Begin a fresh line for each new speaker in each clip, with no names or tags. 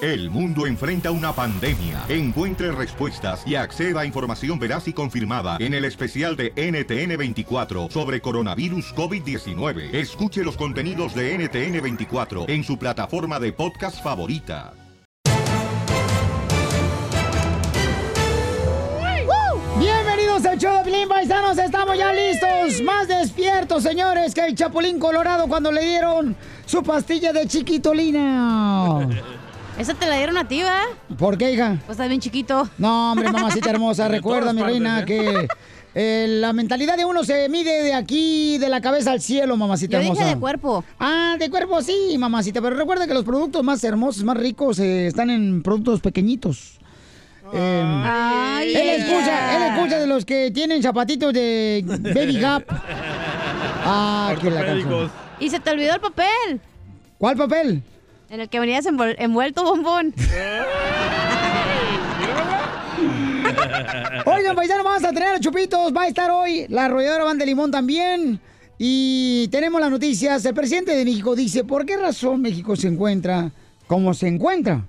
El mundo enfrenta una pandemia. Encuentre respuestas y acceda a información veraz y confirmada en el especial de NTN24 sobre coronavirus COVID-19. Escuche los contenidos de NTN24 en su plataforma de podcast favorita.
Bienvenidos al show de Pilín, paisanos. Estamos ya listos, más despiertos, señores, que el Chapulín Colorado cuando le dieron su pastilla de chiquitolina.
Esa te la dieron a ti, ¿verdad?
¿Por qué, hija?
Pues está bien chiquito.
No, hombre, mamacita hermosa,
De
recuerda,
todas
mi
partes,
reina,
¿eh?
que eh, la mentalidad de uno se mide de aquí, de la cabeza al cielo,
Yo
mamacita
dije
hermosa.
de cuerpo.
Ah, de cuerpo sí, mamacita, pero recuerda que los productos más hermosos, más ricos, eh, están en productos pequeñitos. Eh,
Ay,
él
ella.
escucha, él escucha de los que tienen zapatitos de Baby Gap. Ah, que la canción.
Y se te olvidó el papel.
¿Cuál papel?
En el que venías envol- envuelto, bombón.
Oigan, paisano, vamos a tener a Chupitos. Va a estar hoy la arrolladora Van de Limón también. Y tenemos las noticias. El presidente de México dice, ¿por qué razón México se encuentra como se encuentra?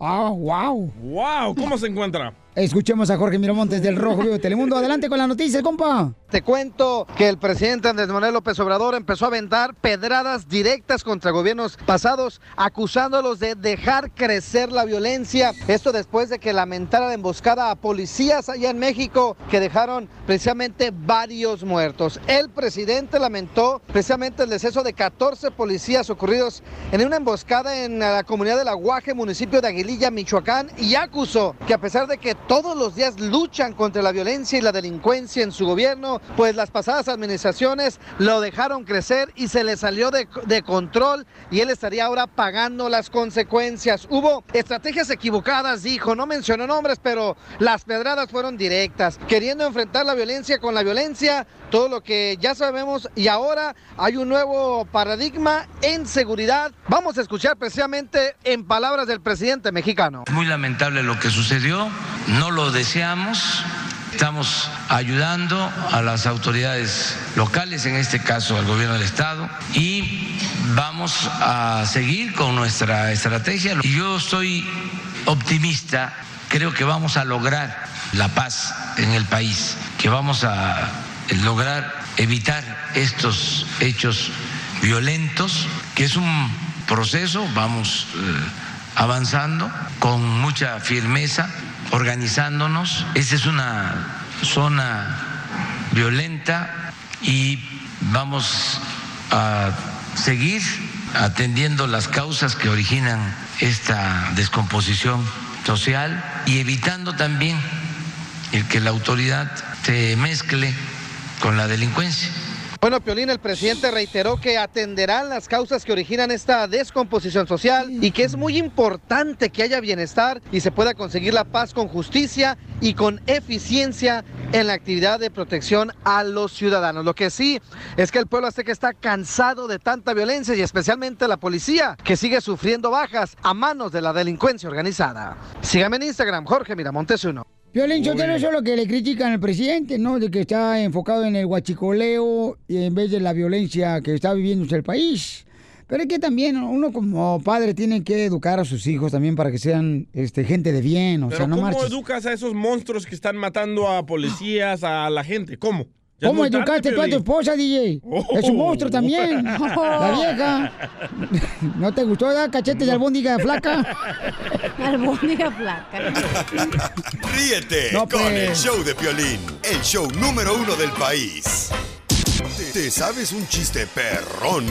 Ah, wow.
¡Wow! ¿Cómo se encuentra?
Escuchemos a Jorge Miramontes del Rojo Vivo de Telemundo. Adelante con las noticias, compa.
Te cuento que el presidente Andrés Manuel López Obrador empezó a aventar pedradas directas contra gobiernos pasados, acusándolos de dejar crecer la violencia. Esto después de que lamentara la emboscada a policías allá en México, que dejaron precisamente varios muertos. El presidente lamentó precisamente el deceso de 14 policías ocurridos en una emboscada en la comunidad del Aguaje, municipio de Aguililla, Michoacán, y acusó que a pesar de que todos los días luchan contra la violencia y la delincuencia en su gobierno, pues las pasadas administraciones lo dejaron crecer y se le salió de, de control y él estaría ahora pagando las consecuencias. Hubo estrategias equivocadas, dijo, no mencionó nombres, pero las pedradas fueron directas, queriendo enfrentar la violencia con la violencia, todo lo que ya sabemos y ahora hay un nuevo paradigma en seguridad. Vamos a escuchar precisamente en palabras del presidente mexicano.
Muy lamentable lo que sucedió, no lo deseamos. Estamos ayudando a las autoridades locales, en este caso al gobierno del Estado, y vamos a seguir con nuestra estrategia. Y yo soy optimista, creo que vamos a lograr la paz en el país, que vamos a lograr evitar estos hechos violentos, que es un proceso, vamos eh, avanzando con mucha firmeza, organizándonos. Esta es una zona violenta y vamos a seguir atendiendo las causas que originan esta descomposición social y evitando también el que la autoridad se mezcle con la delincuencia.
Bueno, Piolín, el presidente reiteró que atenderán las causas que originan esta descomposición social y que es muy importante que haya bienestar y se pueda conseguir la paz con justicia y con eficiencia en la actividad de protección a los ciudadanos. Lo que sí es que el pueblo azteca está cansado de tanta violencia y especialmente la policía, que sigue sufriendo bajas a manos de la delincuencia organizada. Sígame en Instagram, Jorge Miramontes uno.
Violín, yo no es lo que le critican al presidente, ¿no? De que está enfocado en el guachicoleo y en vez de la violencia que está viviendo el país. Pero es que también uno como padre tiene que educar a sus hijos también para que sean este, gente de bien, o
Pero
sea, no
¿cómo
marches.
educas a esos monstruos que están matando a policías, a la gente? ¿Cómo? Ya es
¿Cómo
muy tarde,
educaste tú a tu
Piolín. Oh.
esposa, DJ? Es un monstruo también. La vieja. ¿No te gustó dar cachete de albóndiga flaca?
Albóndiga flaca.
Ríete
No,
con
pues.
el show de Piolín, el show número uno del país. ¿Te- ¿Te sabes un chiste perrón?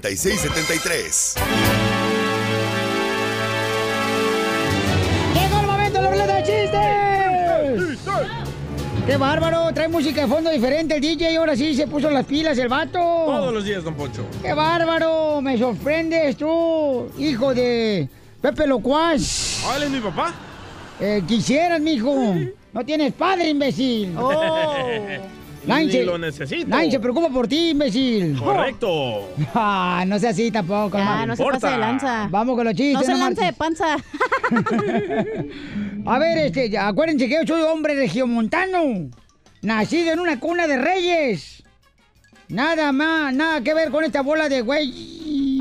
1-855-570-5673.
¡Llegó el momento de la ruleta de chistes! ¡Qué bárbaro! Trae música de fondo diferente el DJ. Ahora sí se puso las pilas el vato.
Todos los días, don Poncho.
¡Qué bárbaro! ¡Me sorprendes tú, hijo de Pepe Locuaz!
¿Él es mi papá?
Eh, quisieras, mijo. No tienes padre, imbécil.
Ni Oh. lo necesito.
Nadie se preocupa por ti, imbécil.
Correcto.
Ah, no sea así tampoco.
Ya,
Omar.
no se pase de lanza.
Vamos con los chistes.
No se lance de
marches.
panza.
A ver, este, ya, acuérdense que yo soy hombre regiomontano. Nacido en una cuna de reyes. Nada más, nada que ver con esta bola de güey.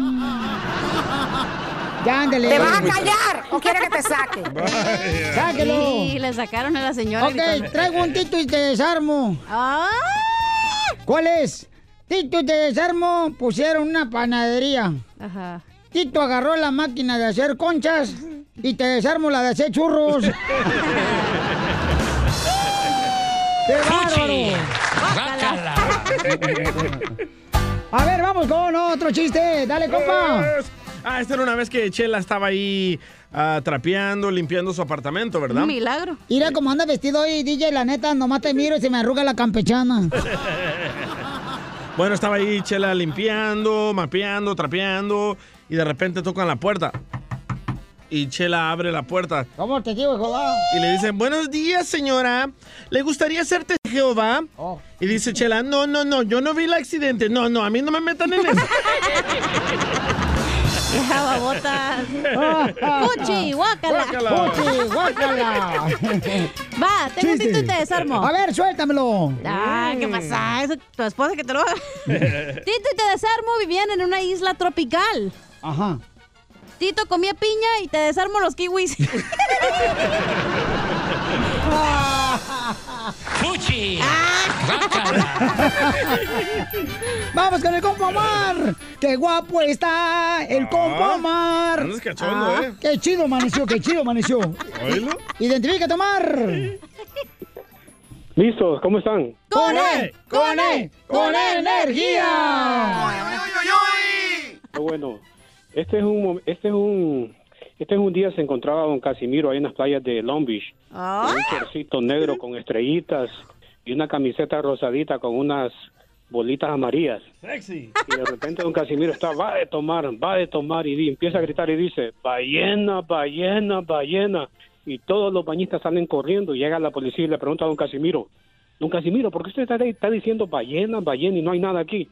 Ya, ándale.
¿Te vas a callar o quieres que te saque?
Sáquelo.
Y le sacaron a la señora.
Ok,
gritando.
traigo un tito y te desarmo.
¡Ah!
¿Cuál es? Tito y te desarmo pusieron una panadería.
Ajá.
Tito agarró la máquina de hacer conchas y te desarmo la de hacer churros. ¡Qué bárbaro! A ver, vamos con otro chiste. Dale, compa.
Ah, esta era una vez que Chela estaba ahí ah, trapeando, limpiando su apartamento, ¿verdad?
Un milagro.
Mira cómo anda vestido hoy, DJ. La neta, nomás te miro y se me arruga la campechana.
Bueno, estaba ahí Chela limpiando, mapeando, trapeando y de repente tocan la puerta. Y Chela abre la puerta
¿Cómo te digo, Jehová?
y le dicen, buenos días señora, ¿le gustaría hacerte Jehová?
Oh.
Y dice Chela, no, no, no, yo no vi el accidente, no, no, a mí no me metan en eso.
Ya, babotas. Puchi, guácala.
Puchi, guácala.
Va, tengo un
Chiste.
tito y te desarmo.
A ver, suéltamelo.
Ah, ¿qué pasa? Es tu esposa que te lo haga. Tito y te desarmo vivían en una isla tropical.
Ajá.
Tito comía piña y te desarmo los kiwis.
Ah. Vamos con el compa Omar. Qué guapo está el compa Omar.
Ah, andas cachondo,
Ah,
¿eh?
Qué chido amaneció, qué chido amaneció.
Oílo.
Identifícate, Omar.
Listos, ¿cómo están?
Con él, con él, con él, energía.
Qué bueno. Este es un mom- este es un este es un día se encontraba don Casimiro ahí en las playas de Long Beach,
Ah,
con un shortcito negro con estrellitas y una camiseta rosadita con unas bolitas amarillas.
Sexy.
Y de repente don Casimiro está va de tomar, va de tomar y di- empieza a gritar y dice, "Ballena, ballena, ballena." Y todos los bañistas salen corriendo y llega la policía y le pregunta a don Casimiro, "Don Casimiro, ¿por qué usted está, está diciendo ballena, ballena y no hay nada aquí?"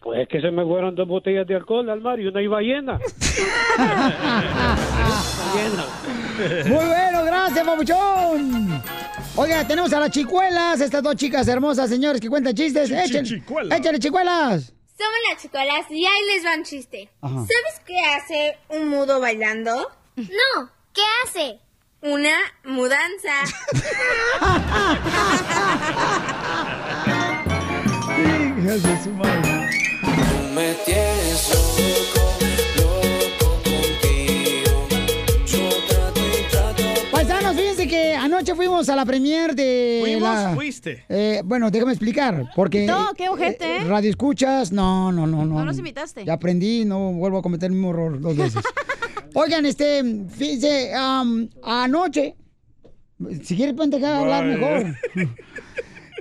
Pues es que se me fueron dos botellas de alcohol al mar y una y ballena.
Ah. Muy bueno, gracias, papuchón. Oiga, tenemos a las chicuelas, estas dos chicas hermosas, señores, que cuentan chistes.
Chi- chi-
Échen-
chicuelas.
Échale, chicuelas.
Somos las chocolas y ahí les va un chiste.
Ajá.
¿Sabes qué hace un mudo bailando? No, ¿qué hace? Una mudanza.
Hijas de su madre.
Me tienes loco, loco contigo. Yo trato y trato.
Paisanos, fíjense que anoche fuimos a la premier de.
Fuimos,
la-
fuiste.
Eh, bueno, déjame explicar, porque...
No, qué ojete, ¿eh?
radio escuchas, no, no, no, no.
No nos invitaste.
Ya aprendí, no vuelvo a cometer el mismo error dos veces. Oigan, este, fíjense, am, anoche, si quieres ponte acá a hablar
Vaya.
mejor.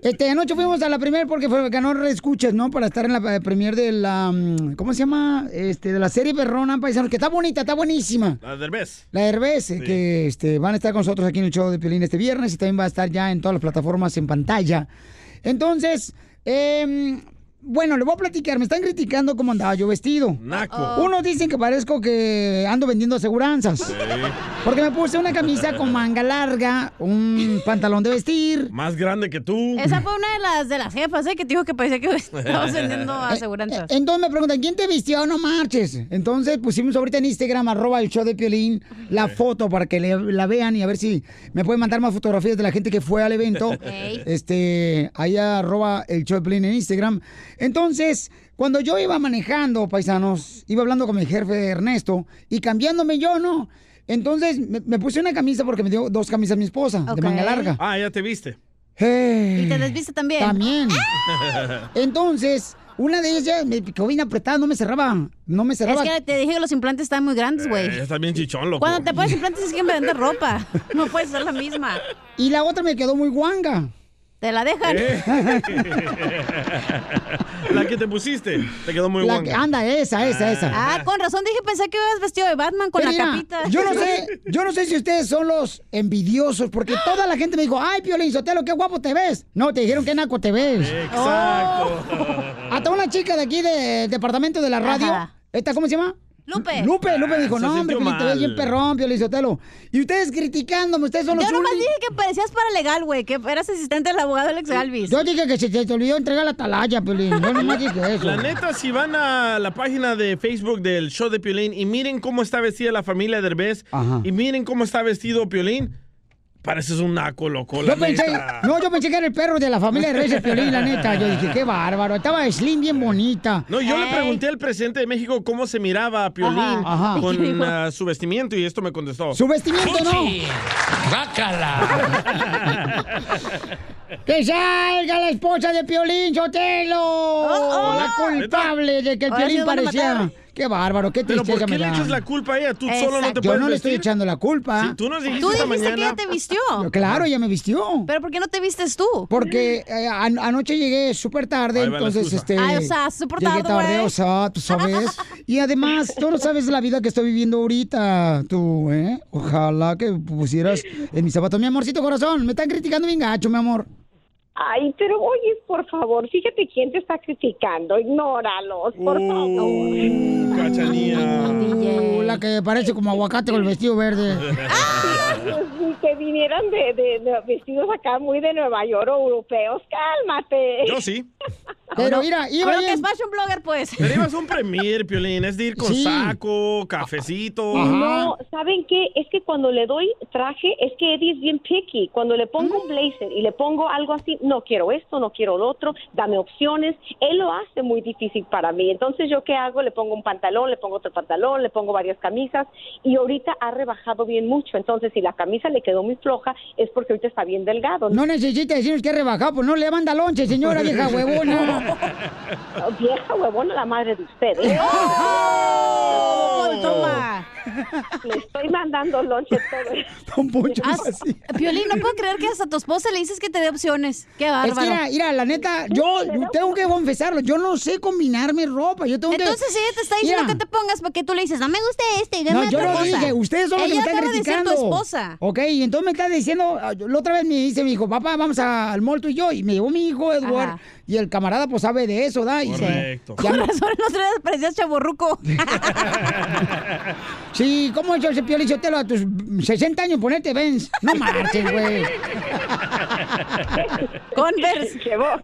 Este, anoche fuimos a la premier porque fue, ganó Escuchas, ¿no? Para estar en la eh, premier de la, am, ¿cómo se llama? Este, de la serie Berrona, paisanos, que está bonita, está buenísima.
La Derbez.
La Herbes, que este, van a estar con nosotros aquí en el show de Piolín este viernes y también va a estar ya en todas las plataformas en pantalla. Entonces, em, bueno, le voy a platicar. Me están criticando cómo andaba yo vestido.
Naco.
Unos dicen que parezco que ando vendiendo aseguranzas. Porque me puse una camisa con manga larga, un pantalón de vestir.
Más grande que tú.
Esa fue una de las de las jefas, ¿eh? Que te dijo que parecía que estabas vendiendo aseguranzas.
Eh, Entonces me preguntan, ¿quién te vistió? No marches. Entonces pusimos ahorita en Instagram, arroba el show de Piolín, la foto para que le- la vean y a ver si me pueden mandar más fotografías de la gente que fue al evento.
Ey.
Este, ahí arroba el show de Piolín en Instagram. Entonces, cuando yo iba manejando, paisanos, iba hablando con mi jefe Ernesto y cambiándome yo, ¿no? Entonces me, me puse una camisa porque me dio dos camisas mi esposa, de
Ok.
manga larga.
Ah, ya te viste.
Hey.
Y te desviste también. ¡Ah!
También. Entonces, una de ellas ya me quedó bien apretada, no me cerraba. No me
Es
cerraba.
que te dije que los implantes estaban muy grandes, güey.
Eh, está bien chichón, loco.
Cuando te pones implantes es que me venden ropa. No puedes ser la misma.
Y la otra me quedó muy guanga. Ah,
Te la dejan.
Eh,
¿Eh?
La que te pusiste. Te quedó muy
La que-
guanga.
anda, eh, esa, esa, esa.
Ah, con razón dije, pensé que ibas vestido de Batman con la
Pero mira,
capita.
Yo no sé, yo no sé si ustedes son los envidiosos, porque
¡Ah!
toda la gente me dijo, ay, Piolín Sotelo, qué guapo te ves. No, te dijeron que naco te ves. Oh.
Exacto.
Hasta una chica de aquí del departamento de la radio.
Ajá.
¿Esta cómo se llama?
Lupe.
Lupe, Lupe dijo,
se
no, hombre,
sintió
Piolín, te ves
mal.
bien perrón, Piolín Sotelo. Y ustedes criticándome, ustedes son los
Yo nomás
únicos-
dije que parecías paralegal, güey, que eras asistente del abogado Alex Galvis.
Yo dije que se te, te olvidó entregar la talaya, Piolín. Yo nomás dije eso.
La neta, si van a la página de Facebook del show de Piolín y miren cómo está vestida la familia Derbez y miren cómo está vestido Piolín, pareces un naco, loco, la
Yo pensé,
neta.
no, yo pensé que era el perro de la familia de Reyes Piolín, la neta. Yo dije, qué bárbaro. Estaba Slim bien bonita.
No, yo le pregunté al presidente de México cómo se miraba a Piolín
Eh. Ajá, ajá. ¿Y qué
con
dijo?
ah, su vestimiento y esto me contestó.
Su vestimiento no.
Fuchi,
¡Que salga la esposa de Piolín, Sotelo!
oh.
la culpable de que el
Ahora sí
Piolín
lo van a
parecía...
matar.
¡Qué bárbaro! ¡Qué
Pero
tristeza
¿por qué
me
le
da.
echas la culpa a ella? Tú solo no te
Yo
puedes
no le estoy
vestir.
echando la culpa.
Sí, tú nos dijiste
Tú
esta
dijiste que
mañana.
ella te vistió.
Claro, ella me vistió.
Pero ¿por qué no te vistes tú?
Porque eh, an- anoche llegué súper tarde,
Ahí va la
entonces
excusa.
este.
Ay, o sea, súper
Llegué
tarde,
tarde,
güey.
o sea, tú sabes. Y además, tú no sabes la vida que estoy viviendo ahorita, tú, ¿eh? Ojalá que pusieras en mis zapatos. Mi amorcito corazón, me están criticando bien gacho, mi amor.
Ay, pero oye, por favor, fíjate quién te está criticando. Ignóralos, por favor.
Uh, la que parece como aguacate con el vestido verde.
Pues, ni que vinieran de, de- de vestidos acá muy de Nueva York o europeos, cálmate.
Yo sí.
Pero
Ahora-
mira, iba
ahora
bien.
que es fashion blogger, pues.
Pero ibas a un premier, Piolín, es de ir con
Sí.
saco, cafecito.
No, ¿saben qué? Es que cuando le doy traje, es que Eddie es bien picky. Cuando le pongo un blazer y le pongo algo así, no quiero esto, no quiero lo otro, dame opciones. Él lo hace muy difícil para mí. Entonces, ¿yo qué hago? Le pongo un pantalón, le pongo otro pantalón, le pongo varias camisas. Y ahorita ha rebajado bien mucho. Entonces, si la camisa le quedó muy floja, es porque ahorita está bien delgado.
No necesita decirnos que es rebajado, pues no le manda lonche, señora vieja huevona.
Oh, Vieja huevona, la madre de ¿eh? ustedes.
¡Oh! Toma.
Le estoy mandando lonche todo.
Haz- Piolín, no puedo creer que hasta tu esposa le dices que te dé opciones. Qué bárbaro.
Es que mira, mira, la neta, yo tengo que confesarlo, yo no sé combinarme ropa, yo tengo que...
Entonces si ella te está diciendo
Mira.
que te pongas porque tú le dices, no me gusta este y dame
No, yo
otra
no
cosa.
dije, ustedes son los que me
Ella
están
acaba de decir
criticando.
tu esposa.
Ok, y entonces me está diciendo, ah, yo- la otra vez me dice mi hijo, papá, vamos a- al mall tú y yo, y me llevó mi hijo Edward,
Ajá.
y el camarada pues sabe de eso, ¿da? Y se-
Correcto.
ya me-
Son los tres parecías chaborruco.
sí, ¿cómo yo se piolín Sotelo, a tus 60 años ponerte Benz? No marches, güey.
Converse.
Qué, bo-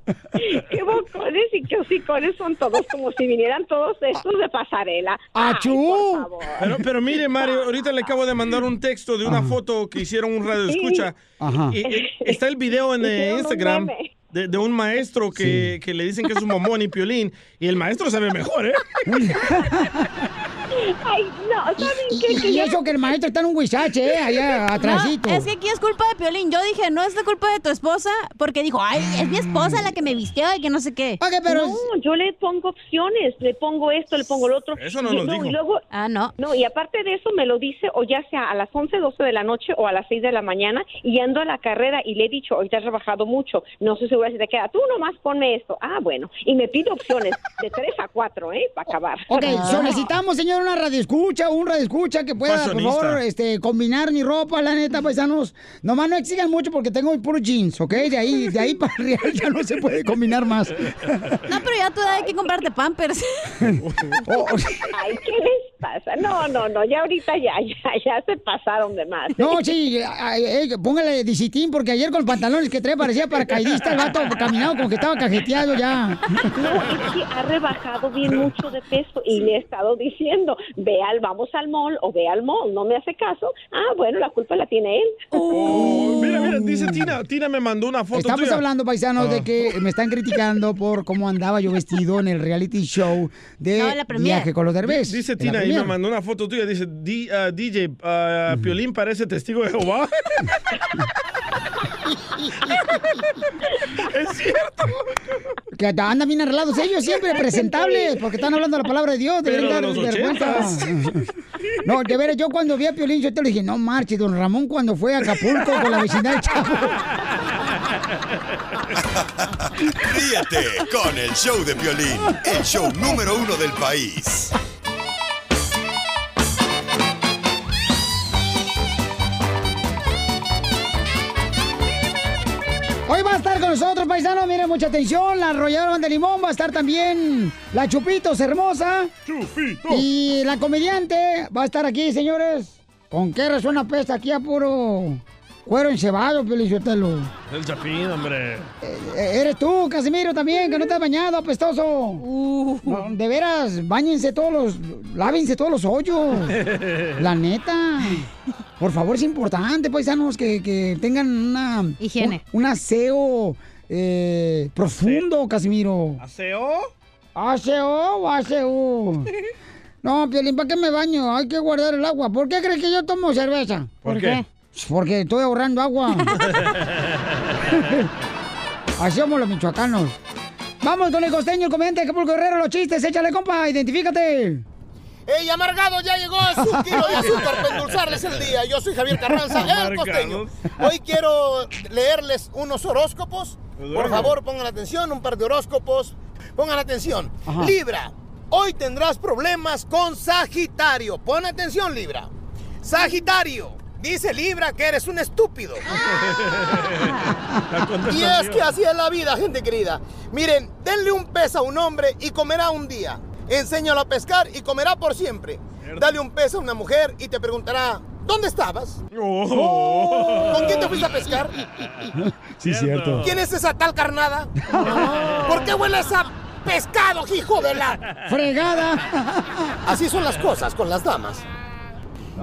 qué bocones y qué hocicones son todos, como si vinieran todos estos de pasarela. Ay,
Ah,
por favor.
Pero, pero mire, Mario, ahorita le acabo de mandar un texto de
Ah.
una foto que hicieron un radio escucha.
Ajá.
Y, y- está el video en eh,
Hicieron un
Instagram
meme.
de, de un maestro que, que le dicen que es un mamón y piolín. Y el maestro sabe mejor, ¿eh?
Ay, no, ¿saben
Y,
qué?
y-
Que
y
ya-
eso que el maestro está en un huizache, ¿eh? Allá atrásito.
No, es que aquí es culpa de Piolín. Yo dije, no es la culpa de tu esposa, porque dijo, ay, es mi esposa la que me vistió y que no sé qué.
No, yo le pongo opciones, le pongo Ah, esto, le pongo lo otro.
Eso no
y,
lo dijo.
Y luego,
ah, no.
No, y aparte de eso me lo dice o ya sea a las 11, 12 de la noche o a las 6 de la mañana y ando a la carrera y le he dicho, hoy te has rebajado mucho, no estoy segura si te queda, tú nomás ponme esto. Ah, bueno, y me pide opciones de 3 a 4, ¿eh? Para acabar.
Ok,
Ah.
solicitamos, señor, una radioescucha, un radioescucha que pueda, por
Fashionista.
favor, este, combinar mi ropa, la neta, paisanos. Nomás no exigan mucho porque tengo puro jeans, ¿ok? De ahí, de ahí para arriba ya no se puede combinar más.
No, pero ya tú hay
este,
que comprarte pampers.
Oh,
Ay, ¿qué les pasa? No, no, no, ya ahorita ya, ya, ya se pasaron de más. ¿eh?
No, sí, ay, ay, póngale disitín porque ayer con los pantalones que trae parecía paracaidista el vato caminado como que estaba cajeteado ya.
No, es que ha rebajado bien mucho de peso y le he estado diciendo, ve al, vamos al mall o ve al mall, no me hace caso. Ah, bueno, la culpa la tiene él.
Oh. Mira, mira, dice Tina. Tina me mandó una foto
Estamos
tuya.
hablando, paisanos,
Ah.
de que me están criticando por cómo andaba yo vestido en el reality show de
No, en la premier.
Viaje con los Derbez.
Dice
en la
Tina, y me
premier.
mandó una foto tuya. Dice, "Di- ah, DJ, ah, Piolín parece testigo de Jehová. es cierto.
Que andan bien arreglados ellos siempre, presentables, porque están hablando la palabra de Dios.
Pero
Deberían dar
de los
vergüenza.
ochentas.
No, de veras, yo cuando vi a Piolín, yo te lo dije, no marche, don Ramón cuando fue a Acapulco con la vecindad del Chavo.
Ríete con el show de Piolín, el show número uno del país.
Hoy va a estar con nosotros, paisano, miren, Señores, mucha atención. La arrolladora Banda Limón va a estar también. La Chupitos, hermosa.
Chupito.
Y la comediante va a estar aquí, señores. ¿Con qué resuena pesta aquí a puro cuero encebado, Pelizotelo?
El chapín, hombre.
E- Eres tú, Casimiro, también, que no te has bañado, apestoso. No, de veras, bañense todos los... Lávense todos los hoyos. La neta. Por favor, es importante, paisanos, que, que tengan una...
Higiene.
Un, un aseo eh, profundo, Casimiro.
¿Aseo?
¿Aseo o aseo? No, Piolín, ¿para qué me baño? Hay que guardar el agua. ¿Por qué crees que yo tomo cerveza? Pues
¿Por ¿Por qué?
Porque estoy ahorrando agua. Así somos los michoacanos. Vamos con el costeño, el comediante de Acapulco Guerrero, los chistes. Échale, compa, identifícate.
¡Ey, amargado! Ya llegó su kilo de azúcar para endulzarles el día. Yo soy Javier Carranza, el costeño. Hoy quiero leerles unos horóscopos. Por favor, pongan atención, un par de horóscopos. Pongan atención.
Ajá.
Libra, hoy tendrás problemas con Sagitario. Pon atención, Libra. Sagitario, dice Libra que eres un estúpido. Y es que así es la vida, gente querida. Miren, denle un pez a un hombre y comerá un día. Enséñalo a pescar y comerá por siempre. Dale un pez a una mujer y te preguntará, ¿dónde estabas? Oh. ¿Con quién te fuiste a pescar?
Sí, cierto.
¿Quién es esa tal carnada? ¿Por qué hueles a pescado, hijo de la...
Fregada.
Así son las cosas con las damas.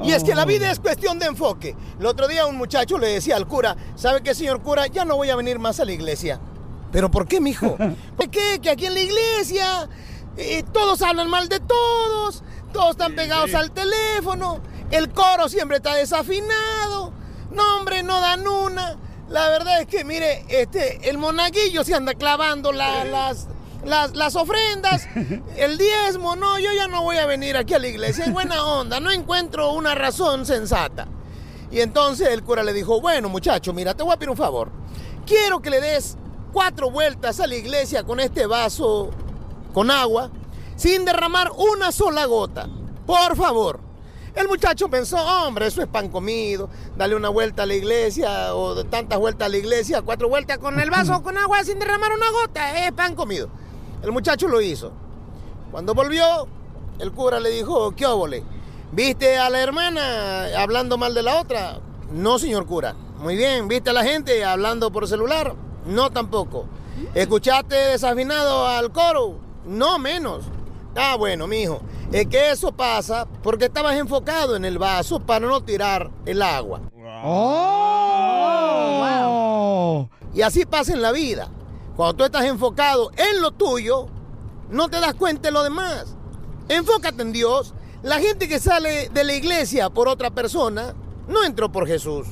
Y es que la vida es cuestión de enfoque. El otro día un muchacho le decía al cura, ¿sabe qué, señor cura? Ya no voy a venir más a la iglesia. ¿Pero por qué, mijo? ¿Por qué? Que aquí en la iglesia eh, todos hablan mal de todos, todos están pegados al teléfono, el coro siempre está desafinado, no hombre, no dan una. La verdad es que, mire, este, el monaguillo se anda clavando la- las, las, las ofrendas, el diezmo, no, yo ya no voy a venir aquí a la iglesia, es buena onda, no encuentro una razón sensata. Y entonces el cura le dijo, bueno muchacho, mira, te voy a pedir un favor. Quiero que le des cuatro vueltas a la iglesia con este vaso con agua sin derramar una sola gota. Por favor. El muchacho pensó, hombre, eso es pan comido, dale una vuelta a la iglesia o de tantas vueltas a la iglesia, cuatro vueltas con el vaso con agua sin derramar una gota, es pan comido. El muchacho lo hizo. Cuando volvió, el cura le dijo, ¿qué óvole? ¿Viste a la hermana hablando mal de la otra? No, señor cura. Muy bien, ¿viste a la gente hablando por celular? No, tampoco. ¿Escuchaste desafinado al coro? No, menos. Ah, bueno, mijo, es que eso pasa porque estabas enfocado en el vaso para no tirar el agua.
¡Oh!
Y así pasa en la vida. Cuando tú estás enfocado en lo tuyo, no te das cuenta de lo demás. Enfócate en Dios. La gente que sale de la iglesia por otra persona no entró por Jesús.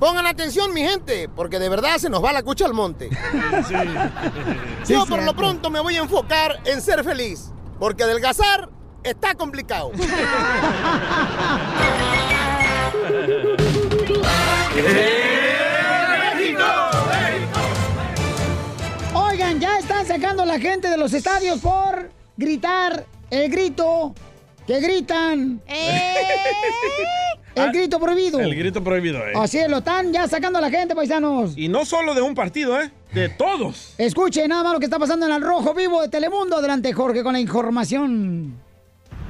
Pongan atención, mi gente, porque de verdad se nos va la cucha al monte.
Sí,
Yo por
cierto.
lo pronto me voy a enfocar en ser feliz, porque adelgazar está complicado.
Oigan, ya están sacando la gente de los estadios por gritar el grito que gritan. El grito prohibido.
El grito prohibido, eh.
Así es, lo están ya sacando a la gente, paisanos.
Y no solo de un partido, eh. De todos.
Escuchen nada más lo que está pasando en el Rojo Vivo de Telemundo. Adelante, Jorge, con la información.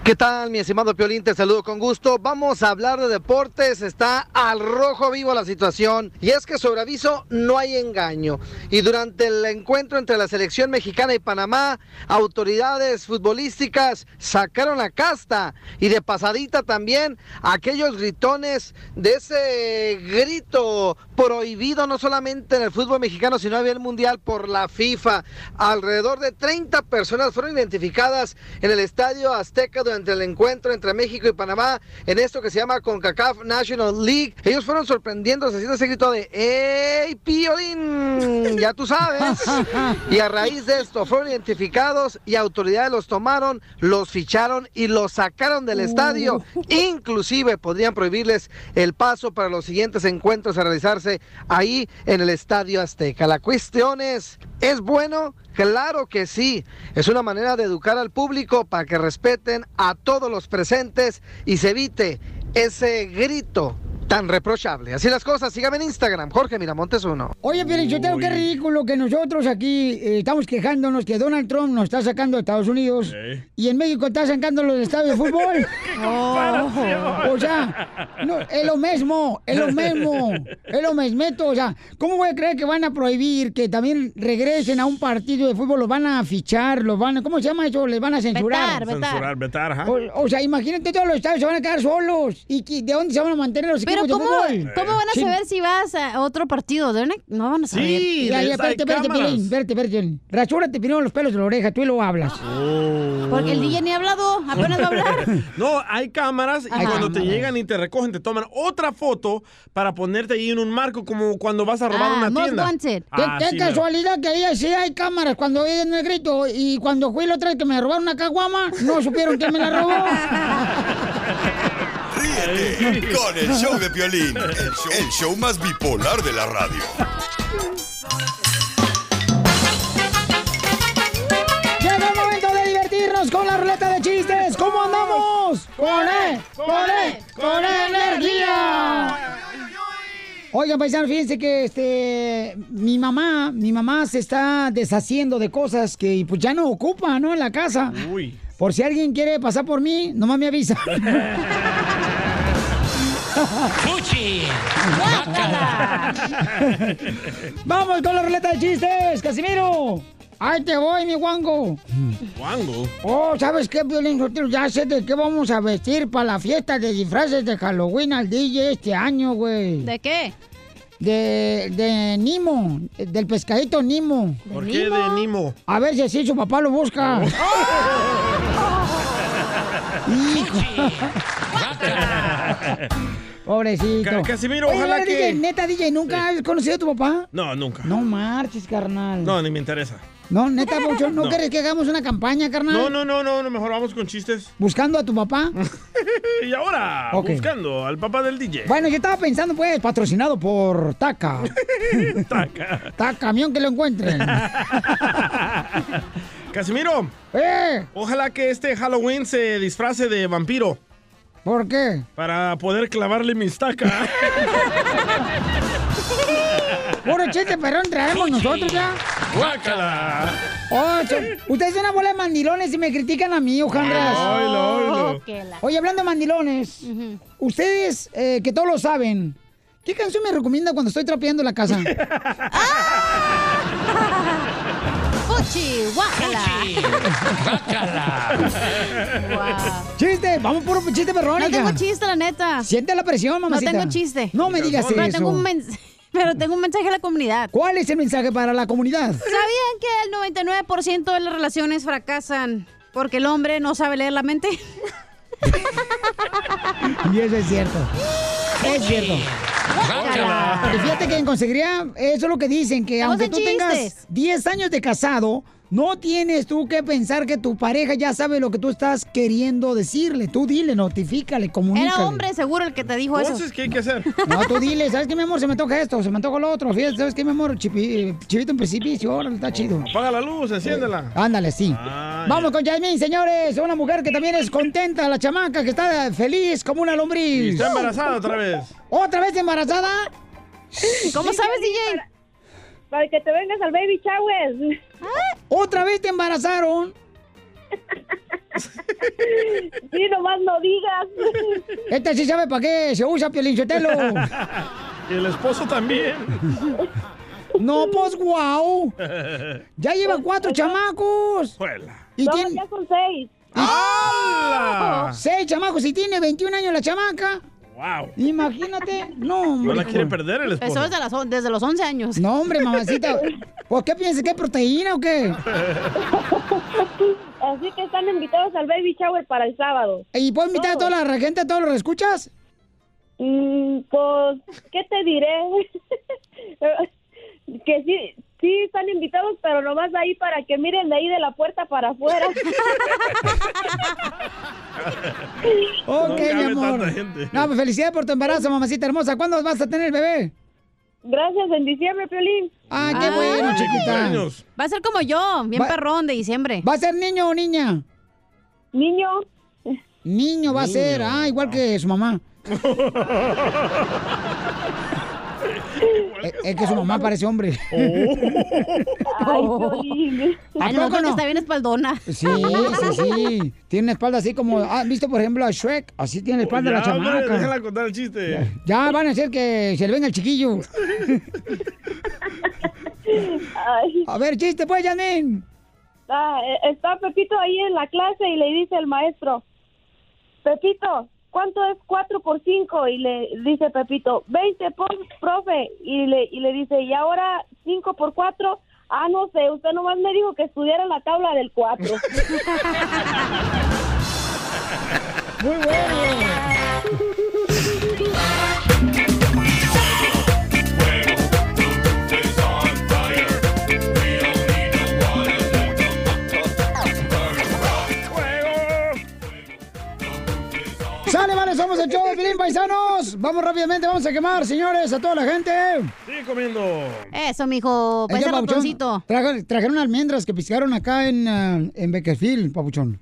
¿Qué tal, mi estimado Piolín? Te saludo con gusto. Vamos a hablar de deportes. Está al rojo vivo la situación. Y es que sobre aviso no hay engaño. Y durante el encuentro entre la selección mexicana y Panamá, autoridades futbolísticas sacaron la casta. Y de pasadita también aquellos gritones de ese grito prohibido no solamente en el fútbol mexicano, sino a nivel mundial por la FIFA. Alrededor de 30 personas fueron identificadas en el Estadio Azteca durante el encuentro entre México y Panamá en esto que se llama CONCACAF National League. Ellos fueron sorprendiéndose haciendo ese grito de ¡Ey, Piolín! Ya tú sabes. Y a raíz de esto fueron identificados y autoridades los tomaron, los ficharon y los sacaron del estadio. Inclusive podrían prohibirles el paso para los siguientes encuentros a realizarse ahí en el Estadio Azteca. La cuestión es, ¿es bueno? Claro que sí. Es una manera de educar al público para que respeten a todos los presentes y se evite ese grito tan reprochable. Así las cosas, sígame en Instagram, Jorge Miramontes uno.
Oye, Pielichotero, qué ridículo que nosotros aquí eh, estamos quejándonos que Donald Trump nos está sacando de Estados Unidos
Ey.
y en México está sacando los estadios de fútbol.
comparación!
o sea, no, es lo mismo, es lo mismo, es lo mismeto. O sea, ¿cómo voy a creer que van a prohibir que también regresen a un partido de fútbol? Los van a fichar, los van a, ¿cómo se llama eso? Les van a censurar.
Censurar, vetar, ajá.
O, o sea, imagínate todos los estados se van a quedar solos. ¿Y qui- de dónde se van a mantener los
Pero
equipos
¿cómo,
de fútbol?
¿cómo van a
Sí.
saber si vas a otro partido? ¿De dónde? No van a saber.
Ya, ya, espérate, espérate, Piolín, espérate, espérate, Piolín. Rasúrate primero los pelos de la oreja, tú y luego hablas.
Porque el DJ ni ha hablado, apenas va a hablar.
No, hay cámaras y
Ajá.
cuando te llegan y te recogen, te toman otra foto para ponerte ahí en un marco como cuando vas a robar
Ah,
una
most
tienda.
wanted. Qué,
Ah,
qué
sí, mero.
casualidad que ahí sí hay cámaras cuando vi el negrito y cuando fui la otra vez que me robaron una caguama, no supieron quién me la robó.
Ríete este? con el show de Piolín, el show, el show más bipolar de la radio.
Llega el momento de divertirnos con la ruleta de chistes. ¿Cómo andamos? Con E, con E, con E energía. Oigan, paisanos, fíjense que este mi mamá, mi mamá se está deshaciendo de cosas que pues ya no ocupa, ¿no? En la casa.
Uy.
Por si alguien quiere pasar por mí, nomás me avisa.
¡Fuchi!
Vamos con la ruleta de chistes, Casimiro. Ahí te voy, mi guango.
Guango.
Oh, ¿sabes qué, Violín Sotelo? Ya sé de qué vamos a vestir para la fiesta de disfraces de Halloween al DJ este año, güey.
¿De qué?
De, de Nimo, eh, del pescadito Nimo.
¿Por qué de Oh, Nimo?
A ver si así su papá lo busca. Hijo. Pobrecito.
Ca- Casimiro,
Oye,
ojalá
mira,
que-
DJ, neta, DJ, ¿nunca has conocido a tu papá?
No, nunca.
No marches, carnal.
No, ni me interesa.
No, neta, Poncho, ¿no,
No.
quieres que hagamos una campaña, carnal?
No, no, no, no, no, mejor vamos con chistes.
¿Buscando a tu papá?
y ahora,
Ok.
buscando al papá del DJ.
Bueno, yo estaba pensando, pues, patrocinado por Taca.
Taca.
Taca, camión que lo encuentren.
Casimiro. Ojalá que este Halloween se disfrace de vampiro.
¿Por qué?
Para poder clavarle mi estaca.
Puro chiste, perrón, traemos nosotros ya.
¡Guácala!
Oh, son- ustedes son una bola de mandilones y me critican a mí, hojandras.
Oilo, oilo.
Oye, hablando de mandilones, ustedes eh, que todos lo saben, ¿qué canción me recomienda cuando estoy trapeando la casa?
Fuchi, guácala.
¡Chiste! ¡Vamos por un chiste, perrón!
No
hija.
tengo chiste, la neta.
Siente la presión, mamacita.
No tengo chiste.
No me digas
Pero
eso.
Tengo un mens- pero tengo un mensaje a la comunidad.
¿Cuál es el mensaje para la comunidad?
¿Sabían que el 99% de las relaciones fracasan porque el hombre no sabe leer la mente?
Y eso es cierto. Es cierto. Y fíjate que en consejería, eso es lo que dicen, que
Estamos
aunque
en
tú
chistes.
tengas 10 años de casado, no tienes tú que pensar que tu pareja ya sabe lo que tú estás queriendo decirle. Tú dile, notifícale, comunícale.
Era hombre seguro el que te dijo eso.
Entonces, ¿qué hay que hacer?
No, tú dile, ¿sabes qué, mi amor? Se me toca esto, se me toca lo otro. Fíjate, ¿sabes qué, mi amor? Chipi- chivito en precipicio, ahora está chido. Eh,
Apaga la luz, enciéndela.
Ándale, sí.
Ah,
Vamos con Yasmín, señores. Una mujer que también es contenta, la chamaca, que está feliz como una
y
lombriz.
está embarazada otra vez.
¿Otra vez embarazada?
¿Cómo sabes, DJ?
Para, que te vengas al baby shower. ¿Otra vez te embarazaron? Sí, nomás no digas. Esta Este sí sabe para qué se usa pielinchotelo.
Y el esposo también.
No, pues guau. Ya lleva
Pues,
cuatro chamacos.
Juela.
Y tiene... ya son seis.
¡Hala!
Seis chamacos y tiene 21 años la chamaca.
¡Wow!
Imagínate. No,
No
hombre.
la quiere perder el
Eso
esposo.
es de las on- desde los 11 años.
No, hombre, mamacita. ¿Por qué piensas que es proteína o qué?
Así que están invitados al baby shower para el sábado.
¿Y puedo invitar a toda la gente, a todos los escuchas?
pues, ¿qué te diré? que sí, sí están invitados, pero nomás ahí para que miren de ahí de la puerta para afuera.
Ok,
No
mi
cabe
amor.
tanta gente.
No, pues felicidades por tu embarazo, mamacita hermosa. ¿Cuándo vas a tener el bebé?
Gracias, en diciembre, Piolín.
Ah, qué bueno, chiquita.
Va a ser como yo, bien
Va-
perrón de diciembre.
¿Va a ser niño o niña?
Niño.
Niño va a ser, ah, igual que su mamá. Es- Eh, Es que su mamá parece hombre. Oh. Ah, ¿A
Ay, Ah, no,
poco
creo que
no?
está bien espaldona.
Sí, sí, sí. Tiene una espalda así como. ¿Has visto, por ejemplo, a Shrek? Así tiene la espalda la
Ya, hombre,
chamaca.
déjala contar el chiste.
Ya van a hacer que se le venga el chiquillo.
A
ver, chiste, pues, Janine.
Ah, eh, está Pepito ahí en la clase y le dice el maestro, Pepito, ¿cuánto es 4 por 5? Y le dice Pepito, 20, po- profe. Y le, y le dice, ¿y ahora 5 por 4? Ah, no sé, usted nomás me dijo que estudiara la tabla del 4.
Muy bueno. ¡Sale, vale! Somos el show de Pilín, paisanos. Vamos rápidamente, vamos a quemar, señores, a toda la gente.
Sigue comiendo.
Eso, mijo,
parece pues ratoncito.
trajeron almendras que piscaron acá en, ah, en Bakersfield, papuchón.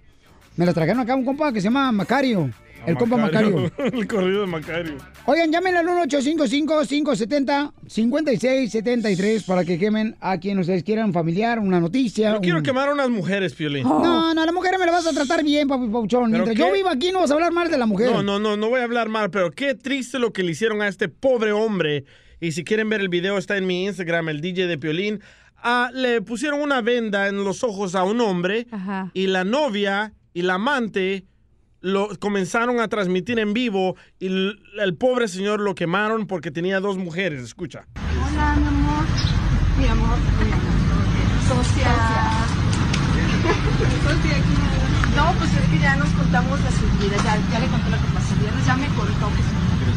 Me las trajeron acá un compa que se llama Macario. El compa Macario.
el corrido de Macario.
Oigan, llamen al 1-855-570-5673 para que quemen a quien ustedes quieran, familiar, una noticia.
Yo quiero
un-
quemar a unas mujeres, Piolín.
No, no, a la mujer me la vas a tratar bien, papu- papuchón.
¿Pero
Mientras
qué?
yo viva aquí no vas a hablar mal de la mujer.
No, no, no, no voy a hablar mal, pero qué triste lo que le hicieron a este pobre hombre. Y si quieren ver el video, está en mi Instagram, el DJ de Piolín. Ah, le pusieron una venda en los ojos a un hombre y la novia y la amante lo comenzaron a transmitir en vivo y l- el pobre señor lo quemaron porque tenía dos mujeres, escucha.
Hola, mi amor. Mi amor. Mi amor. Socia. Socia, aquí. No, pues es que ya nos contamos las subidas. Ya, ya le conté lo que pasó el viernes. Ya me pues. contó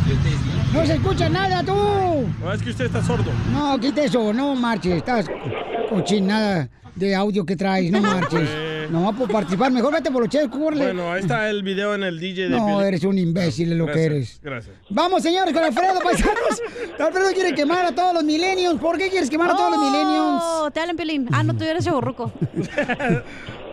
que
No
Eh.
se escucha nada, tú.
No, es que usted está sordo.
No, quita eso, no marches. Estás cochinada de audio que traes, no marches.
Eh.
No va por participar, mejor vete por los chefs, córrele.
Bueno, ahí está el video en el DJ de
No,
Piolín.
eres un imbécil es lo que
Gracias,
eres.
Gracias.
Vamos, señores, con Alfredo, paisanos. Alfredo quiere quemar a todos los millennials. ¿Por qué quieres quemar a todos los millennials?
Oh, te hablan, Pelín. Ah, no, tú eres chaburruco.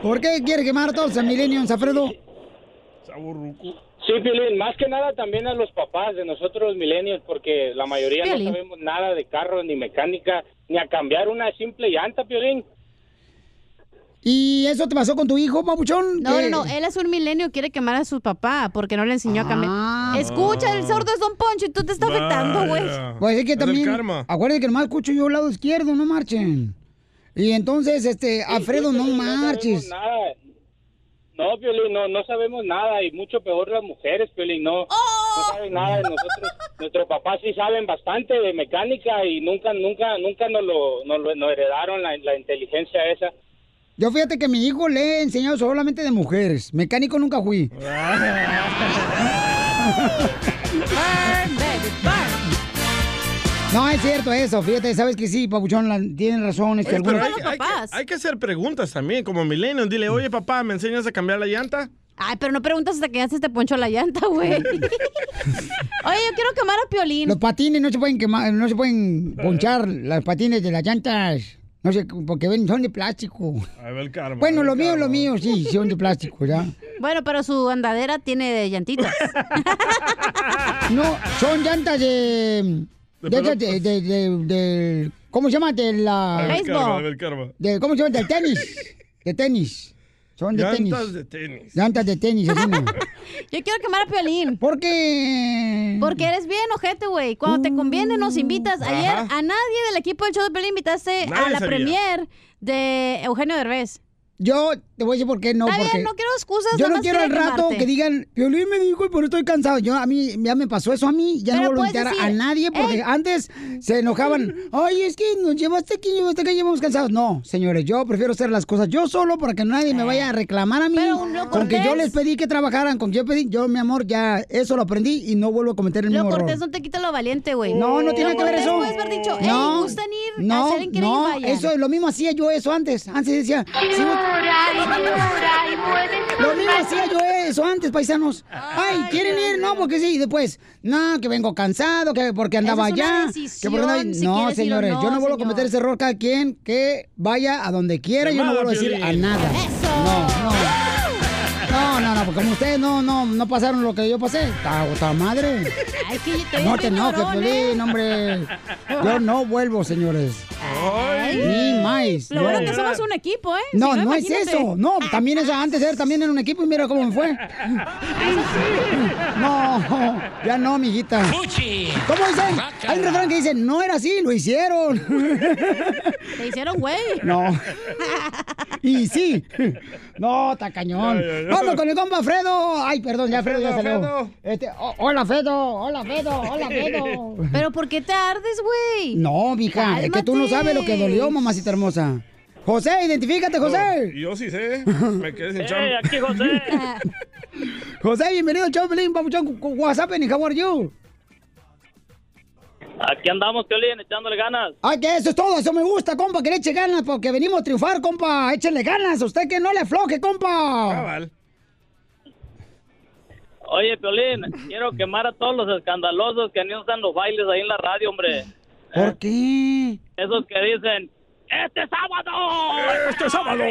¿Por qué quiere quemar a todos los millennials, Alfredo?
Sí, Piolín, más que nada también a los papás de nosotros los millennials, porque la mayoría
Piolín.
no sabemos nada de carros, ni mecánica, ni a cambiar una simple llanta, Piolín.
¿Y eso te pasó con tu hijo, papuchón?
No, no,
¿Qué?
no. Él es un milenio, quiere quemar a su papá porque no le enseñó a
Ah.
cambiar. Escucha, el sordo es Don Poncho y tú te está
Ah.
afectando, güey.
Pues es que también. Acuérdense que nomás escucho yo el lado izquierdo, no marchen. Y entonces, este, Alfredo, no marches.
Nada. No, Piolín, no, no sabemos nada, y mucho peor las mujeres, Piolín, no, no saben nada de nosotros. Nuestros papás sí saben bastante de mecánica y nunca, nunca, nunca nos lo, nos lo- nos heredaron la, la inteligencia esa.
Yo fíjate que mi hijo le he enseñado solamente de mujeres. Mecánico nunca fui.
Ah.
No, es cierto eso, fíjate, sabes que sí, Papuchón, la- tienen razón. Este,
Oye, pero hay,
algunos-
hay que, hay que hacer preguntas también, como Millennium. Dile, oye, papá, ¿me enseñas a cambiar la llanta?
Ay, pero no preguntas hasta que haces este poncho a la llanta, güey. Oye, yo quiero quemar a Piolín.
Los patines no se pueden quemar, no se pueden ponchar las patines de las llantas. No sé, porque ven, son de plástico.
Ahí va el karma.
Bueno, lo mío, lo mío, sí, son de plástico, ya.
Bueno, pero su andadera tiene llantitas.
No, son llantas de. De, esas de, de, de- del- ¿Cómo se llama? De la.
Ahí va el karma, ahí va el karma.
De- ¿Cómo se llama? Del tenis. De tenis. Son de
Llantas
tenis.
de tenis.
Llantas de tenis, así, ¿no?
Yo quiero quemar a Piolín.
¿Por qué? Uh,
Porque eres bien ojete, güey. Cuando te conviene nos invitas. Ayer
Ajá.
a nadie del equipo del show de Piolín invitaste
Nadie
a la
sabía.
premier de Eugenio Derbez.
Yo te voy a decir por qué no.
Está
porque
bien, no quiero excusas. nada
Yo no
más
quiero al rato
quemarte.
que digan, Piolín me dijo y por eso estoy cansado. Yo a mí ya me pasó eso a mí, ya
Pero
no vuelvo a
puedes
invitar a- a
decir,
nadie porque
"Ey".
antes se enojaban. Ay, es que nos llevaste aquí, llevaste acá, llevamos cansados. No, señores, yo prefiero hacer las cosas yo solo para que nadie me vaya a reclamar a mí. Con que yo
Eh. cortés.
les pedí que trabajaran, con que yo pedí, yo mi amor, ya eso lo aprendí y no vuelvo a cometer el
Lo
mismo error.
cortés no te quita lo valiente, güey.
No, no tiene
Lo
que ver
cortés
eso.
Puedes haber dicho,
No,
hey, gustan ir,
no,
no, quieren que
no,
ir, vayan.
eso es lo mismo hacía yo eso antes. Antes decía, si no- lo mismo hacía yo eso antes, paisanos. Ay, ¿quieren ir? No, porque sí, y después, no, que vengo cansado, que porque andaba
Esa es una
allá. que
decisión,
porque andaba-
si
no,
quieres ir o
señores, yo
no,
no vuelvo a cometer ese error. Cada quien que vaya a donde quiera, yo no
Llamada,
vuelvo a decir a
Piolín.
nada. No, no. No, no, no, porque como ustedes no, no, no pasaron lo que yo pasé, está, está madre.
Ay, que yo
No te enojes,
¿eh?
Piolín, hombre. Yo no vuelvo, señores. Ni más.
Lo
Yo-
bueno que somos un equipo, ¿eh? Si
No, no, es
imagínate.
eso. No, también eso. Antes era también en un equipo y mira cómo me fue. No, ya no, mijita. ¿Cómo dicen? Hay un refrán que dice, no era así, lo hicieron.
Te hicieron güey.
No. Y sí. No, tacañón.
Ya, ya, ya.
Vamos con el compa Fredo. Ay, perdón, ya Fredo ya
Fredo,
salió.
Fredo.
Este, oh, hola, Fredo. Hola, Fredo. Hola, Fredo.
Pero ¿por qué te ardes, güey?
No, mija, es que tú no sabes lo que dolió, mamacita hermosa. José, identifícate, José.
Yo sí sé. Me quedé sin chamba. aquí José!
José, bienvenido al show, Pelín, papuchón, con WhatsApp, en how are you?
Aquí andamos, Piolín, echándole ganas.
Ay, que eso es todo, eso me gusta, compa, que le eche ganas, porque venimos a triunfar, compa, échenle ganas, usted que no le afloje, compa.
Oye, Piolín, quiero quemar a todos los escandalosos que usan los bailes ahí en la radio, hombre.
¿Por qué?
Esos que dicen, ¡Este sábado!
¡Este sábado!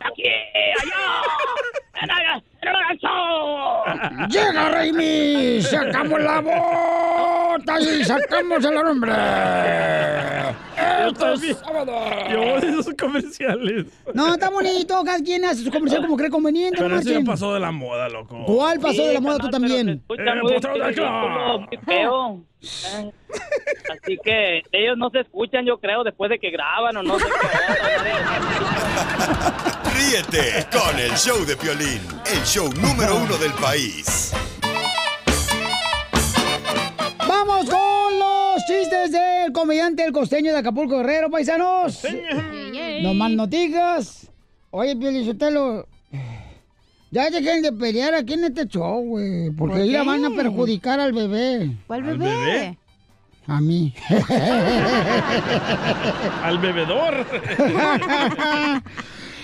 ¡Aquí, allá! ¡En el, en el show!
Llega Raimi, sacamos la bota y sacamos el hombre. Este
también. Yo odio esos comerciales.
No, está bonito, cada quien hace su comercial como cree conveniente, no
Pero eso ya
marchen.
pasó de la moda, loco.
¿Cuál pasó de la moda tú también?
Escuchan
Eh,
muy
pues, ahora, claro.
ridículo, muy feo. Eh, Así que ellos no se escuchan, yo creo, después de que graban o no sé qué.
Ríete con el show de Piolín, el show número uno del país.
Vamos con los chistes del comediante El Costeño de Acapulco Guerrero, paisanos. No más noticias. Oye, Pielizotelo, ya dejen de pelear aquí en este show, güey, porque
¿Por
ahí la
qué?
van a perjudicar al bebé.
¿Cuál bebé?
bebé?
A mí.
Al bebedor.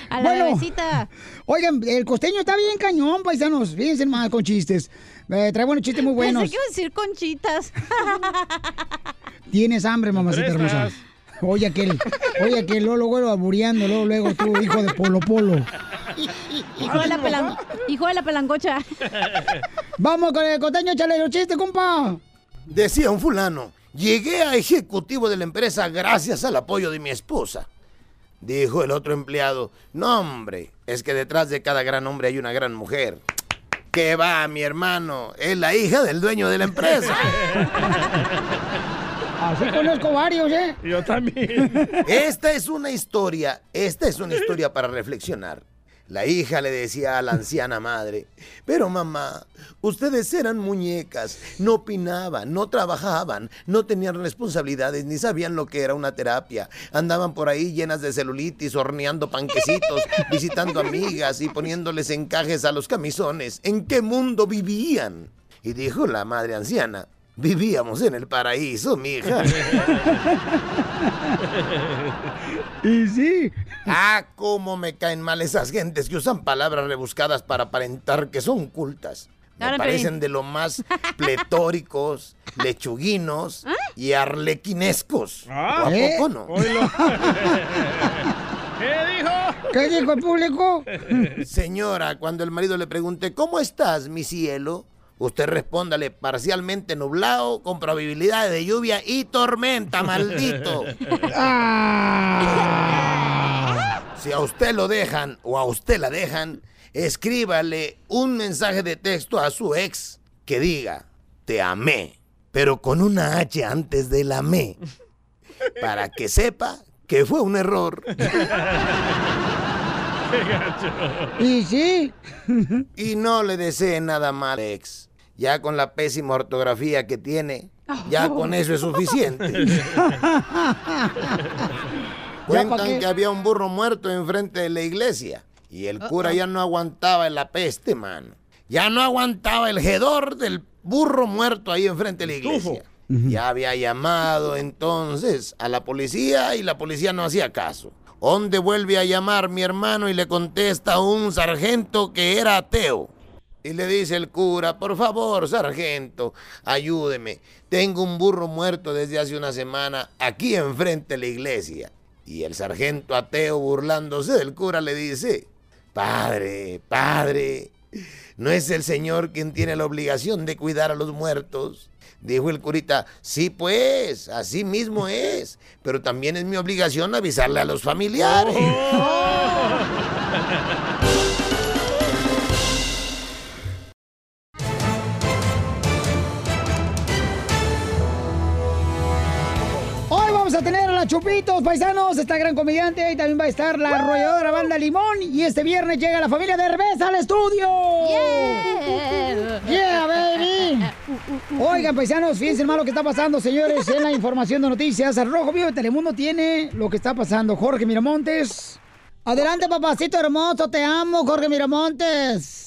A la
Bueno.
bebecita.
Oigan, el costeño está bien cañón, paisanos. Fíjense más con chistes. Eh, trae buenos chistes muy buenos.
Pensé que iba a decir conchitas.
Tienes hambre, mamacita
Prestas.
hermosa. Oye aquel, oye aquel, luego, luego albureando, luego, luego tú, hijo de Polo Polo.
Hijo de la, pelan- hijo de la pelangocha.
Vamos con el costeño, échale los chistes, compa.
Decía un fulano, llegué a ejecutivo de la empresa gracias al apoyo de mi esposa. Dijo el otro empleado, no hombre, es que detrás de cada gran hombre hay una gran mujer. Que va, mi hermano, es la hija del dueño de la empresa.
Así conozco varios, ¿eh?
Yo también. Esta es una historia, esta es una historia para reflexionar. La hija le decía a la anciana madre, pero mamá, ustedes eran muñecas, no opinaban, no trabajaban, no tenían responsabilidades, ni sabían lo que era una terapia. Andaban por ahí llenas de celulitis, horneando panquecitos, visitando amigas y poniéndoles encajes a los camisones. ¿En qué mundo vivían? Y dijo la madre anciana, vivíamos en el paraíso, mija.
Y sí.
Ah, cómo me caen mal esas gentes que usan palabras rebuscadas para aparentar que son cultas. Me
Ahora,
parecen
Piolín.
de lo más pletóricos, lechuguinos y arlequinescos. ¿O ¿A
¿Eh?
poco no?
¿Qué dijo?
¿Qué dijo el público?
Señora, cuando el marido le pregunte, ¿cómo estás, mi cielo? Usted respóndale, parcialmente nublado, con probabilidades de lluvia y tormenta, maldito. Si a usted lo dejan o a usted la dejan, escríbale un mensaje de texto a su ex que diga, te amé, pero con una H antes del amé, para que sepa que fue un error.
Y sí.
y no le desee nada mal, ex. Ya con la pésima ortografía que tiene, ya
Oh.
con eso es suficiente. Cuentan que había un burro muerto enfrente de la iglesia y
Ah,
el cura
Uh-oh.
ya no aguantaba la peste, mano. Ya no aguantaba el hedor del burro muerto ahí enfrente de la iglesia. Ya había llamado entonces a la policía y la policía no hacía caso. ¿Dónde vuelve a llamar mi hermano y le contesta un sargento que era ateo? Y le dice el cura, por favor, sargento, ayúdeme. Tengo un burro muerto desde hace una semana aquí enfrente de la iglesia. Y el sargento ateo, burlándose del cura, le dice, padre, padre, No es el Señor quien tiene la obligación de cuidar a los muertos. Dijo el curita, sí pues, así mismo es, pero también es mi obligación avisarle a los familiares.
Oh. Hoy vamos a tener a la Chupitos, paisanos, esta gran comediante. Ahí también va a estar la arrolladora banda Limón. Y este viernes llega la familia de Herbes al estudio. ¡Yeah! baby! Oigan, paisanos, fíjense hermano lo que está pasando, señores, en la información de noticias. Al Rojo Vivo de Telemundo tiene lo que está pasando. Jorge Miramontes. Adelante, papacito hermoso. Te amo, Jorge Miramontes.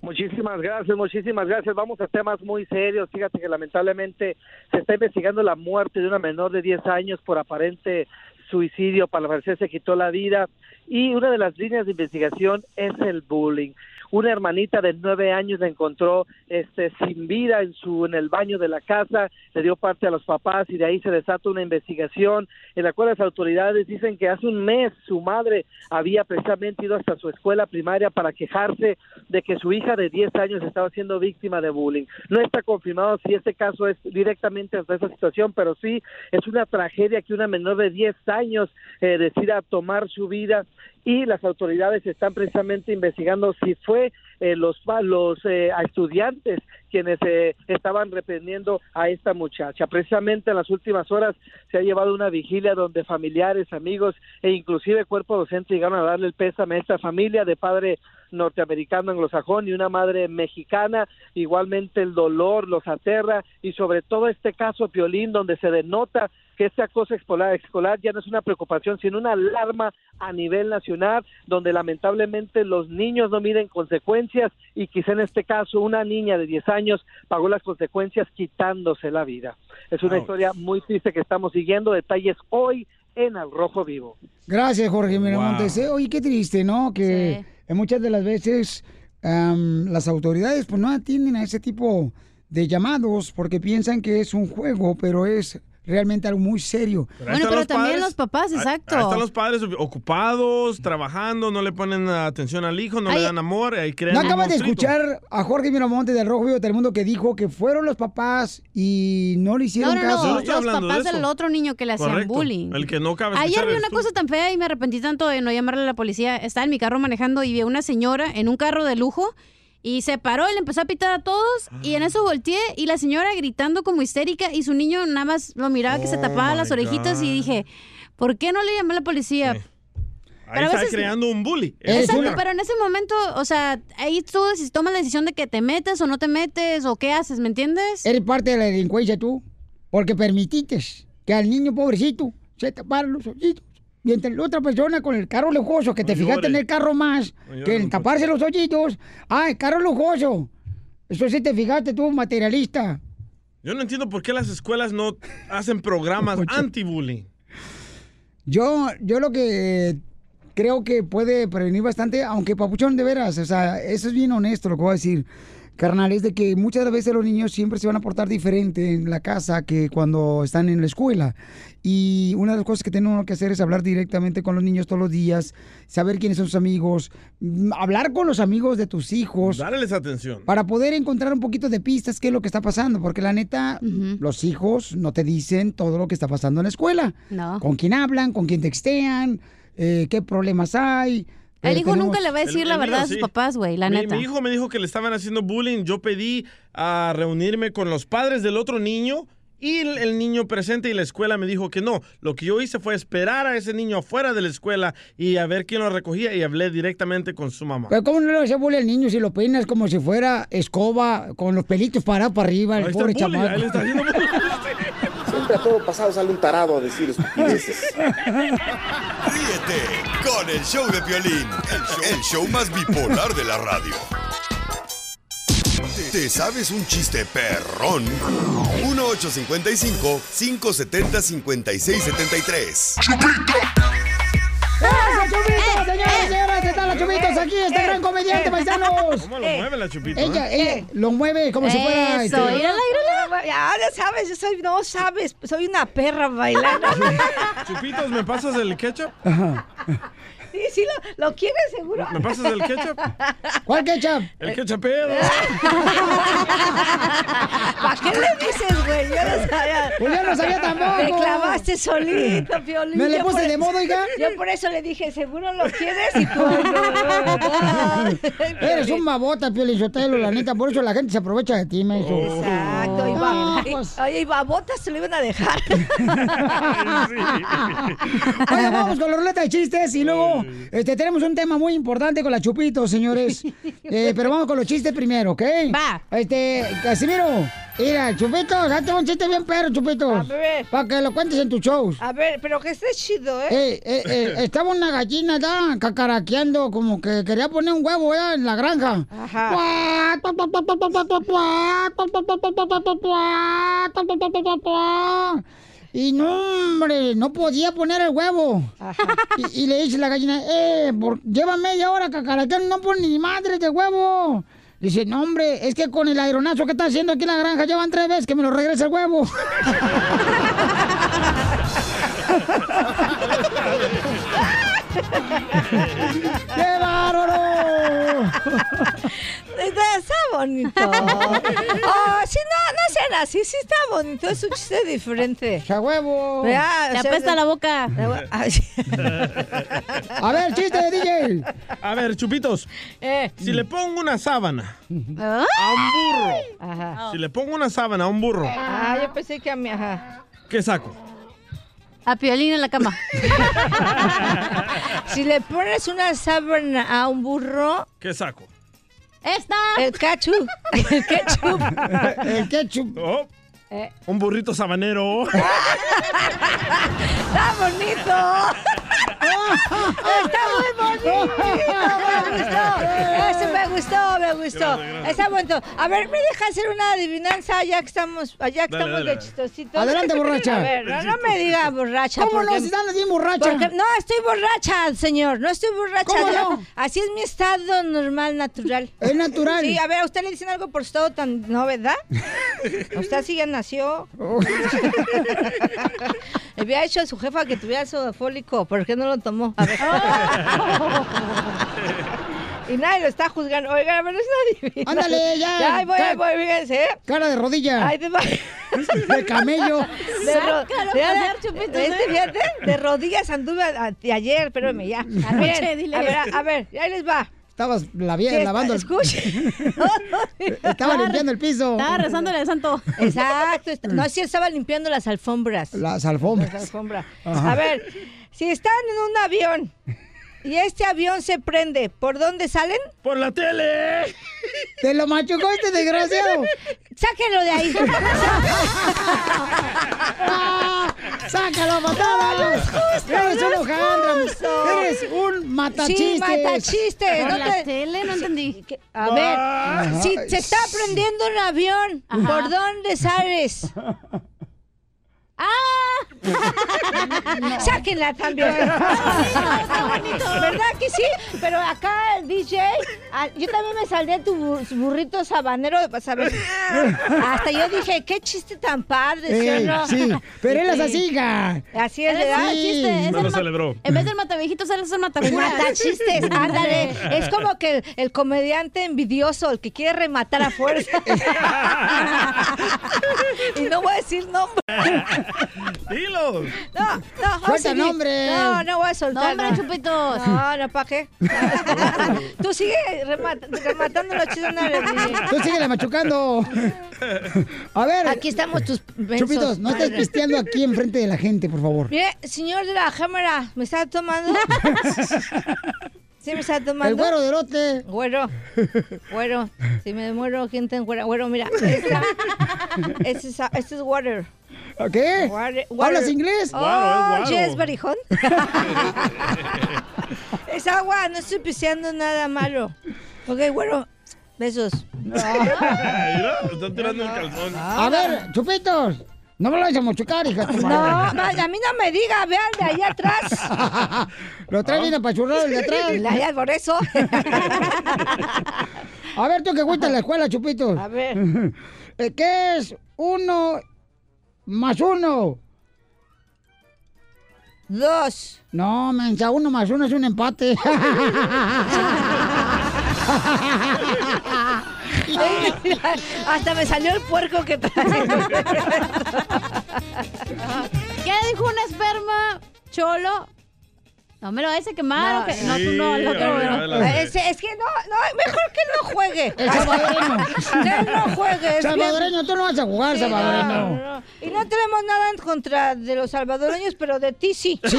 Muchísimas gracias, muchísimas gracias. Vamos a temas muy serios. Fíjate que lamentablemente se está investigando la muerte de una menor de 10 años por aparente suicidio. Para parecer se quitó la vida. Y una de las líneas de investigación es el bullying. Una hermanita de nueve años la encontró este, sin vida en, su, en el baño de la casa, le dio parte a los papás y de ahí se desata una investigación en la cual las autoridades dicen que hace un mes su madre había precisamente ido hasta su escuela primaria para quejarse de que su hija de 10 años estaba siendo víctima de bullying. No está confirmado si este caso es directamente hasta esa situación, pero sí es una tragedia que una menor de 10 años eh, decida tomar su vida y las autoridades están precisamente investigando si fue eh, los pa- los eh, estudiantes quienes eh, estaban reprendiendo a esta muchacha. Precisamente en las últimas horas se ha llevado una vigilia donde familiares, amigos e inclusive cuerpo docente llegaron a darle el pésame a esta familia de padre norteamericano anglosajón y una madre mexicana. Igualmente el dolor los aterra y sobre todo este caso Piolín donde se denota que este acoso escolar, escolar ya no es una preocupación, sino una alarma a nivel nacional, donde lamentablemente los niños no miden consecuencias y quizá en este caso una niña de 10 años pagó las consecuencias quitándose la vida. Es una
Ouch.
historia muy triste que estamos siguiendo, detalles hoy en Al Rojo Vivo.
Gracias, Jorge Miramontes. Eh, Oye, qué triste, ¿no? Que en muchas de las veces am, las autoridades pues no atienden a ese tipo de llamados porque piensan que es un juego, pero es realmente algo muy serio.
ahí están padres- ahí- Ahí están los padres ocupados, trabajando, no le ponen atención al hijo, no
Ay,
le dan amor, ahí crean
¿No
un
acabas de
monstruito.
escuchar a Jorge Miramontes del Rojo Vivo de Telemundo que dijo que fueron los papás y no
No,
le hicieron
no,
caso?
no, los papás del otro niño que le hacían
Correcto.
bullying.
El que no cabe
Ayer
escuchar
vi
es
una
tú.
cosa tan fea y me arrepentí tanto de no llamarle a la policía. Estaba en mi carro manejando y vi a una señora en un carro de lujo y se paró y le empezó a pitar a todos y
Ah.
en eso volteé y la señora gritando como histérica y su niño nada más lo miraba que se tapaba
Oh my
las orejitas y
God.
dije, ¿por qué no le llamé a la policía?
Ahí
Pero a
está
veces-
creando un bully.
Exacto, pero en ese momento, o sea, ahí tú deci- tomas la decisión de que te metes o no te metes o qué haces, ¿me entiendes?
Eres parte de la delincuencia tú, porque permitiste que al niño pobrecito se taparan los ojitos. Mientras la otra persona con el carro lujoso, que te fijaste en el carro más,
llores,
que en taparse los ojitos, ah, el carro lujoso. Eso sí te fijaste tú, materialista.
Yo no entiendo por qué las escuelas no hacen programas anti-bullying.
Yo, yo lo que creo que puede prevenir bastante, aunque papuchón de veras, o sea, eso es bien honesto lo que voy a decir, carnal, es de que muchas de las veces los niños siempre se van a portar diferente en la casa que cuando están en la escuela. Y una de las cosas que tenemos uno que hacer es hablar directamente con los niños todos los días, saber quiénes son sus amigos, mm, hablar con los amigos de tus hijos.
Darles atención.
Para poder encontrar un poquito de pistas qué es lo que está pasando, porque la neta, los hijos no te dicen todo lo que está pasando en la escuela.
No. Eh,
Con quién hablan, con quién textean, eh, qué problemas hay.
El
Eh,
hijo nunca
tenemos-
le va a decir
El-
la
el
verdad
mío,
a sus
sí.
papás, güey, la
mi,
neta.
mi hijo me dijo que le estaban haciendo bullying. Yo pedí a reunirme con los padres del otro niño y el, el niño presente y la escuela me dijo que no. Lo que yo hice fue esperar a ese niño afuera de la escuela y a ver quién lo recogía y hablé directamente con su mamá.
Pero ¿Cómo no le vas a bullying al niño si lo peinas como si fuera escoba, con los pelitos parados para arriba, el
Ahí está
pobre
el bullying,
chamaco?
ahí le está haciendo
Siempre a todo pasado sale un tarado a decir estupideces.
Ríete con el show de Piolín, el show, el show más bipolar de la radio. ¿Te- ¿Te sabes un chiste perrón? 1-855-570-5673.
¡Eso, ¡Ah,
eh,
chupitos, señoras y señores! ¡Están los chupitos aquí, este gran comediante, paisanos!
¿Cómo lo mueve la chupita?
Ella,
eh?
ella lo mueve como si fuera... este,
Ah, Ahora sabes, yo soy, no sabes, soy una perra bailando.
Chupitos, ¿me pasas el ketchup?
Ajá.
Sí,
sí lo, lo quieres, seguro.
¿Me pasas el ketchup?
¿Cuál ketchup?
El ketchupedo.
¿Para qué le dices, güey? Yo no sabía.
Pues yo no sabía tampoco.
Te clavaste solito, Piolín.
Me le
Yo
puse
por
de
eso-
modo, oiga.
Yo por eso le dije, seguro lo quieres y pues, tú no.
Eres un babota, Piolín Sotelo, la neta. Por eso la gente se aprovecha de ti, Ah. maestro.
Exacto, y va-
pues.
y- Oye, y babotas se lo iban a dejar.
Oiga, vamos con la ruleta de chistes y luego este, tenemos un tema muy importante con la Chupito, señores. Eh, pero vamos con los chistes primero, ¿ok? Va. Este, Casimiro, mira, Chupito, hazte un chiste bien perro, Chupito.
A ver.
Para que lo cuentes en tus shows.
A ver, pero que esté chido, ¿eh?
Eh, eh, eh, estaba una gallina ya cacaraqueando, como que quería poner un huevo ya en la granja. Ajá. Y no, hombre, no podía poner el huevo. Y, y le dice la gallina, eh, por- lleva media hora cacaraqueando, no pone ni madre de huevo. Dice, no, hombre, es que con el aeronazo que está haciendo aquí en la granja, llevan tres veces que me lo regresa el huevo. ¡Qué bárbaro!
Está bonito. Oh, sí, no, no sean así, sí está bonito, es un chiste diferente.
¡A huevo!
Ya,
Te apesta la
boca.
A ver, chiste de DJ.
A ver, chupitos.
Eh.
Si le pongo una sábana,
A
un
burro. Ajá.
si le pongo una sábana a un burro,
Ah, yo pensé que a mí, ajá.
¿qué saco?
A Piolín en la cama. si le pones una sábana a un burro,
¿Qué saco?
¡Esta! El ketchup. El ketchup.
El ketchup.
Oh,
Eh,
un burrito sabanero.
¡Está bonito! ¡Está muy bonito! ¡Me gustó! Ese me gustó, me gustó.
Gracias, gracias.
Está bonito. A ver, ¿me deja hacer una adivinanza ya que estamos, ya que
Dale,
estamos
dale,
de
dale.
chistositos?
Adelante, borracha.
A ver, no, no me diga borracha.
¿Cómo no?
porque-
Si están bien borracha.
porque- no, estoy borracha, señor. No estoy borracha.
¿Cómo
ya.
no?
Así es mi estado normal, natural.
Es natural.
Sí, a ver, ¿a usted le dicen algo por su estado tan... No, ¿verdad? Usted sí ya nació.
Oh.
Le había hecho a su jefa que tuviera soda fólico, ¿por qué no lo tomó? A ver. y nadie lo está juzgando. Oiga, pero es una divina.
Ándale, ya.
ahí voy, ahí
Ca-
voy, fíjense. ¿eh?
Cara de rodilla.
Ahí te va.
De camello.
De ro-
Sácalo,
de-
Javier, chupito,
de- este
¿eh?
fíjate, de rodillas anduve a- a- ayer, espérame ya.
Anoche,
Miren,
dile.
A ver, a, a ver, ahí les va.
Estabas la
Sí, está-
lavando. el-
escuche.
Estaba limpiando el piso.
Estaba rezándole al santo. Exacto. est- No, sí, estaba limpiando las alfombras.
Las alfombras.
Las alfombras.
Ajá.
A ver, si están en un avión y este avión se prende, ¿por dónde salen?
¡Por la tele!
¡Te lo machucó este desgraciado!
¡Sáquenlo de ahí!
¡Sácalo, patada! ¡Eres un hojaldra! ¡Eres un matachistes!
Sí, matachistes.
¿Por la
tele? No entendí. A
Ah.
ver,
Ajá.
si se está prendiendo un avión,
Ajá.
¿por dónde sales? ¡Ah! Sáquenla también. ¿Verdad que sí? Pero acá el DJ, ah, yo también me saldré tu bur- burrito sabanero de pasar. Hasta yo dije, qué chiste tan padre, ¿sí o
Ey,
no?
sí, pero él las
Sí.
asiga.
Así es,
Ese es
¿verdad?
el chiste, ese es No el lo ma-
celebró.
En vez del mataviejitos, sales el
El
matacuras.
matachistes, ándale. Es como que el, el comediante envidioso, el que quiere rematar a fuerza. y no voy a decir nombre.
¡Dilo!
No, no, voy a
Suelta
seguir.
nombre.
No, no voy a soltar.
Nombre,
no.
chupitos.
No, no, ¿pa' qué? Tú sigue remata- rematando los chistes. no eres DJ.
Tú síguela machucando. A ver.
Aquí estamos tus mensos.
Chupitos, no estés pisteando aquí enfrente de la gente, por favor.
Mire, señor de la cámara, ¿me está tomando? ¿Sí me está tomando?
El güero de lote.
Güero, güero, si me muero, ¿quién te encuera? Güero, mira, esta, este, es, este es water.
¿Qué?
Water-
¿Hablas
water.
inglés?
Oh, yes, barijón. es agua, no estoy piseando nada malo. Ok, güero, besos.
Mira, están tirando el calzón.
A ver, Chupitos. No me lo vayas a machucar, hija. de tu
No,
madre.
ma- a mí no me diga, vean de allá atrás.
Lo trae bien apachurrado el de atrás.
¿Ah? La- ya, por eso.
A ver, tú que cuentas la escuela, Chupitos.
A ver.
Eh, ¿Qué es uno más uno?
Dos.
No, mensa, uno más uno es un empate.
Hasta me salió el puerco que trae.
¿Qué dijo una esperma cholo? No me lo vayas a quemar. o que- No, tú no, el otro no.
Es, es que no, no, mejor que no juegue.
El salvadoreño.
Que no juegue. es
Salvadoreño, tú no vas a jugar,
Sí, no,
salvadoreño.
no, no. Y no tenemos nada en contra de los salvadoreños, pero de ti sí.
Sí.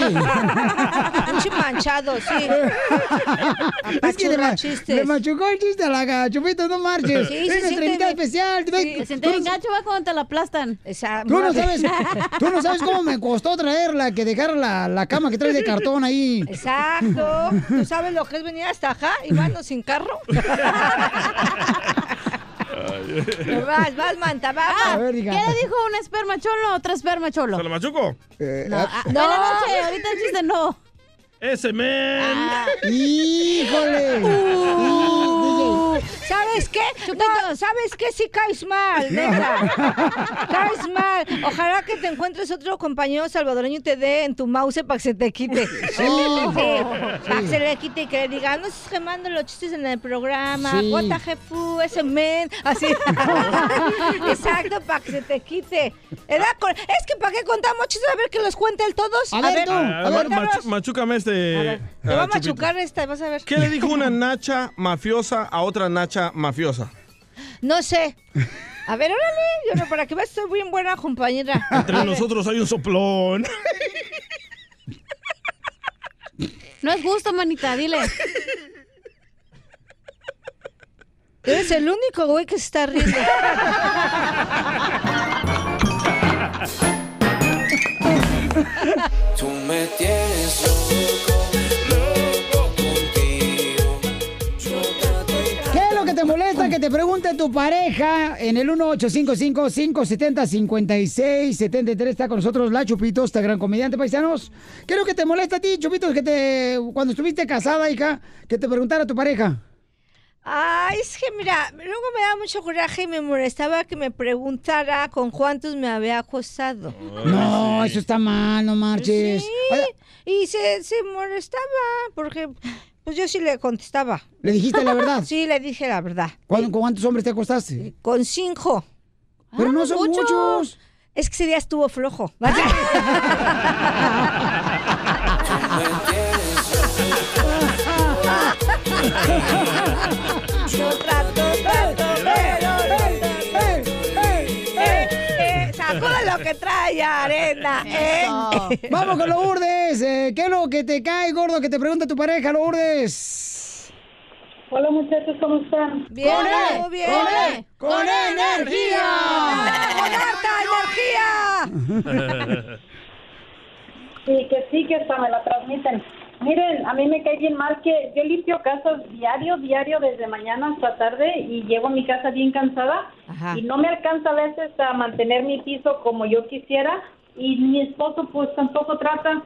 Pinche manchado, sí.
Es que le, ma- le machucó el chiste a la gachupita, no marches.
Sí,
es
sí,
nuestra
sí, te-
invitada especial.
Sí, se siente bien gacho, va, cuando te la aplastan.
Tú no sabes, tú no sabes cómo me costó traerla, que dejar la, la cama que traes de cartón ahí.
Exacto. ¿Tú sabes lo que es venir hasta acá y mano sin carro? vas, vas, manta, vas.
Ah,
A ver,
¿Qué
diga.
le dijo una esperma cholo a otra esperma cholo?
¿Se lo machuco?
Eh,
No, ah, buena noche, ahorita el chiste no.
Ese men.
¡Híjole!
Uh, ¿Sabes qué? No, ¿sabes qué? Si caes mal, neta. Caes mal. Ojalá que te encuentres otro compañero salvadoreño y te dé en tu mouse para que se te quite.
Sí.
Oh.
Para que se le quite y que le diga, no estés quemando los chistes en el programa.
Sí.
What the jefu, ese men. Así. Exacto, para que se te quite. Era con- Es que para qué contamos chistes, a ver que los cuente el todos.
A ver, a ver,
cuéntanos.
machu- machúcame este.
Te va a
ah, chupito.
machucar esta, vas a ver.
¿Qué le dijo una nacha mafiosa a otra nacha mafiosa?
No sé. A ver, órale, yo no, para que veas, soy bien buena compañera.
Entre nosotros hay un soplón.
No es justo, manita, dile.
Eres el único güey que se está riendo.
Tú me tienes loco, loco contigo.
¿Qué es lo que te molesta que te pregunte tu pareja en el 1855-570-5673? Está con nosotros la Chupito, esta gran comediante, paisanos. ¿Qué es lo que te molesta a ti, Chupitos, que te, cuando estuviste casada, hija, que te preguntara tu pareja?
Ay, es que mira, luego me da mucho coraje y me molestaba que me preguntara con cuántos me había acostado.
No, eso está mal, no marches.
Y se, se molestaba porque pues yo sí le contestaba.
¿Le dijiste la verdad?
Sí, le dije la verdad.
¿Cuán- ¿Con cuántos hombres te acostaste?
Con cinco.
Pero no son
mucho.
muchos.
Es que ese día estuvo flojo. Yo trato, trato, pero... Eh, eh, sacuda lo que trae arena, eh.
Vamos con Lourdes. Eh, ¿Qué es lo que te cae, gordo, que te pregunta tu pareja, Lourdes?
Hola, muchachos, ¿cómo están?
Bien,
¡Con E!
todo bien.
¡Con E! ¡Con E energía!
¡Con harta energía!
Sí, que sí, que hasta me la transmiten. Miren, a mí me cae bien mal que yo limpio casas diario, diario, desde mañana hasta tarde y llego a mi casa bien cansada
Ajá.
y no me alcanza a veces a mantener mi piso como yo quisiera y mi esposo pues tampoco trata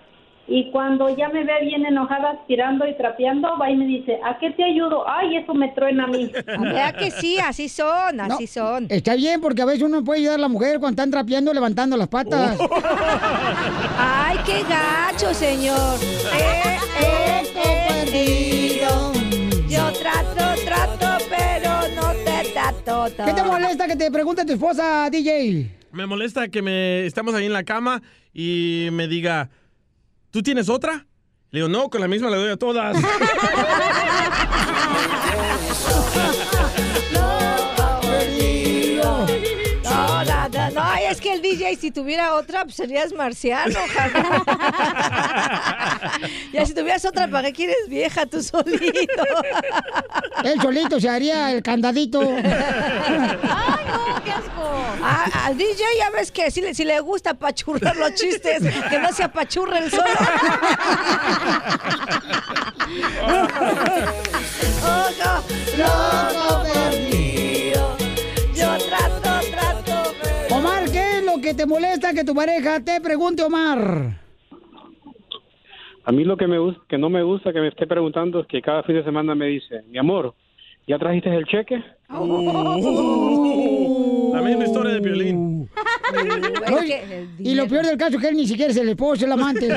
y cuando ya me ve bien enojada aspirando y trapeando, va y me dice, ¿a qué te ayudo? Ay, eso me truena a mí.
Vea que sí, así son, así son.
Está bien, porque a veces uno puede ayudar a la mujer cuando están trapeando, levantando las patas.
Oh.
Ay, qué gacho, señor. Eh, eh, perdido. Yo trato, trato, pero no te trato.
¿Qué te molesta que te pregunte tu esposa, DJ?
Me molesta que me estamos ahí en la cama y me diga, ¿tú tienes otra? Le digo, no, con la misma le doy a todas.
No, no, no, no, ay, es que el DJ, si tuviera otra, pues serías marciano, Javier. ya si tuvieras otra, ¿para qué quieres vieja tú solito?
Él solito se haría el candadito.
A- Ah, al DJ ya ves que si le, si le gusta apachurrar los chistes, que no se apachurre el solo. Oh, no. Loco perdido. Yo trato, trato.
Omar, ¿qué es lo que te molesta que tu pareja te pregunte, Omar?
A mí lo que, me, gus- que no me gusta que me esté preguntando es que cada fin de semana me dice, mi amor, ¿ya trajiste el cheque?
La misma historia de Uh. violín.
No, y- y lo peor del caso es que él ni siquiera es el esposo, el amante.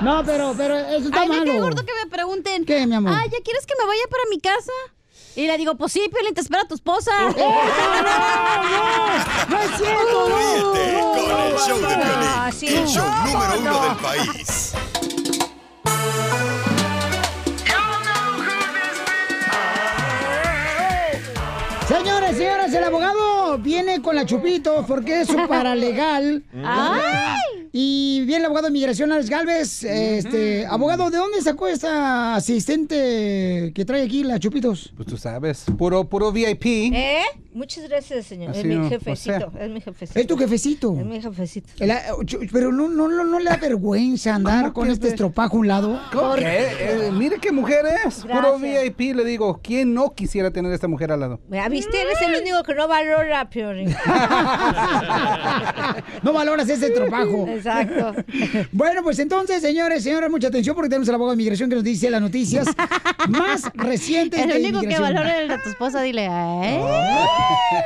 No, pero, pero eso está
Ay, me cae
malo.
gordo que me pregunten.
¿Qué, mi amor?
Ay, ¿ya quieres que me vaya para mi casa? Y le digo, pues sí, Piolín, te espera tu esposa.
no, no es cierto,
Ríete con el show de
Ah,
Piolín,
sí.
el show
No,
número uno
no.
del país.
Señores, señoras, el abogado viene con la chupito porque es su paralegal.
Ay.
Y viene el abogado de migración, Alex Galvez. Este, abogado, ¿de dónde sacó esta asistente que trae aquí la chupitos?
Pues tú sabes, puro, puro VIP.
¿Eh? Muchas gracias, señor.
Así
es mi
no, o
jefecito,
sea.
es mi jefecito.
Es tu jefecito.
Es mi jefecito.
La- ch- oh, pero no, no, no, no le da vergüenza andar con este estropajo a un lado.
¿Cómo que? Eh, mire qué mujer es. Puro
Gracias.
VIP, le digo. ¿Quién no quisiera tener a esta mujer al lado?
Mira, viste, eres el único que no valora, Piolín.
No valoras ese estropajo.
Exacto.
Bueno, pues entonces, señores, señoras, mucha atención porque tenemos al abogado de migración que nos dice las noticias más recientes
El
de
único que
inmigración.
valora el de tu esposa, dile, ¿eh?
Ah.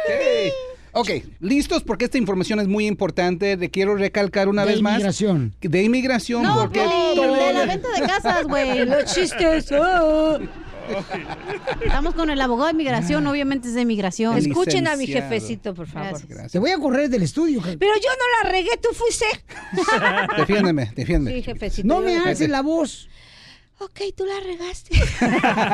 Hey. Ok, listos porque esta información es muy importante. Le quiero recalcar una
De
vez más.
inmigración.
De inmigración.
No,
porque
Piolín,
todo-
de la venta de casas, güey.
Los chistes,
ah.
oh.
Estamos con el abogado de
Ah.
migración, obviamente es de migración.
El Escuchen a mi licenciado.
jefecito, por favor.
Te voy a correr del estudio.
Pero yo no la regué, tú fuiste.
Defiéndeme, defiéndeme.
Sí, jefecito.
No
yo
me
la
haces la voz.
Ok, tú la regaste.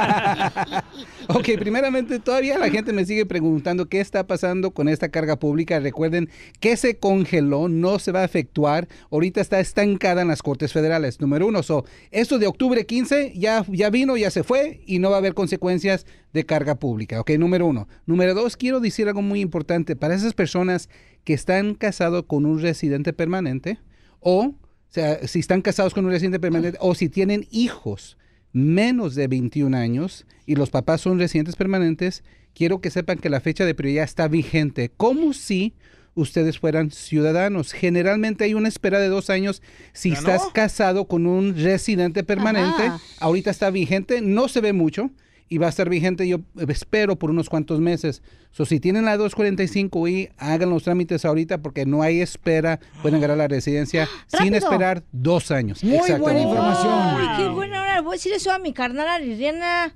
Ok, primeramente todavía la gente me sigue preguntando qué está pasando con esta carga pública. Recuerden que se congeló, no se va a efectuar. Ahorita está estancada en las Cortes Federales. Número uno, so, esto de octubre 15 ya, ya vino, ya se fue y no va a haber consecuencias de carga pública. Ok, número uno. Número dos, quiero decir algo muy importante. Para esas personas que están casados con un residente permanente o, o sea, si están casados con un residente permanente o si tienen hijos menos de 21 años y los papás son residentes permanentes, quiero que sepan que la fecha de prioridad está vigente, como si ustedes fueran ciudadanos. Generalmente hay una espera de dos años si
¿Ya no?
estás casado con un residente permanente.
Ajá.
Ahorita está vigente, no se ve mucho y va a estar vigente, yo eh, espero, por unos cuantos meses. So, si tienen la 245i, hagan los trámites ahorita porque no hay espera. Pueden ganar la residencia sin
¡Rápido!
esperar dos años.
Muy buena
Exactamente.
Ay, qué buena hora. Voy a decir eso a mi carnal, a Liliana.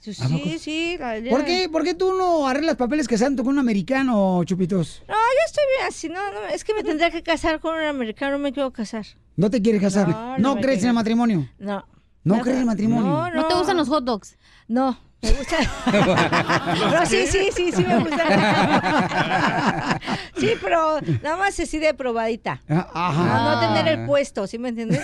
Sí, sí, sí. la Liliana.
¿Por qué, ¿Por qué tú no arreglas papeles que santo con un americano, Chupitos?
No, yo estoy bien así. No, no, es que me tendría que casar con un americano. No me quiero casar.
¿No te quieres casar?
No,
¿No,
no me
crees en
quiero.
el matrimonio?
No.
¿No crees en el matrimonio?
No, no.
¿No te gustan los hot dogs?
No, me gusta. no, sí, sí, sí, sí me gusta. sí, pero nada más así de probadita.
Ah, Ajá.
No, no tener el puesto, ¿sí me entiendes?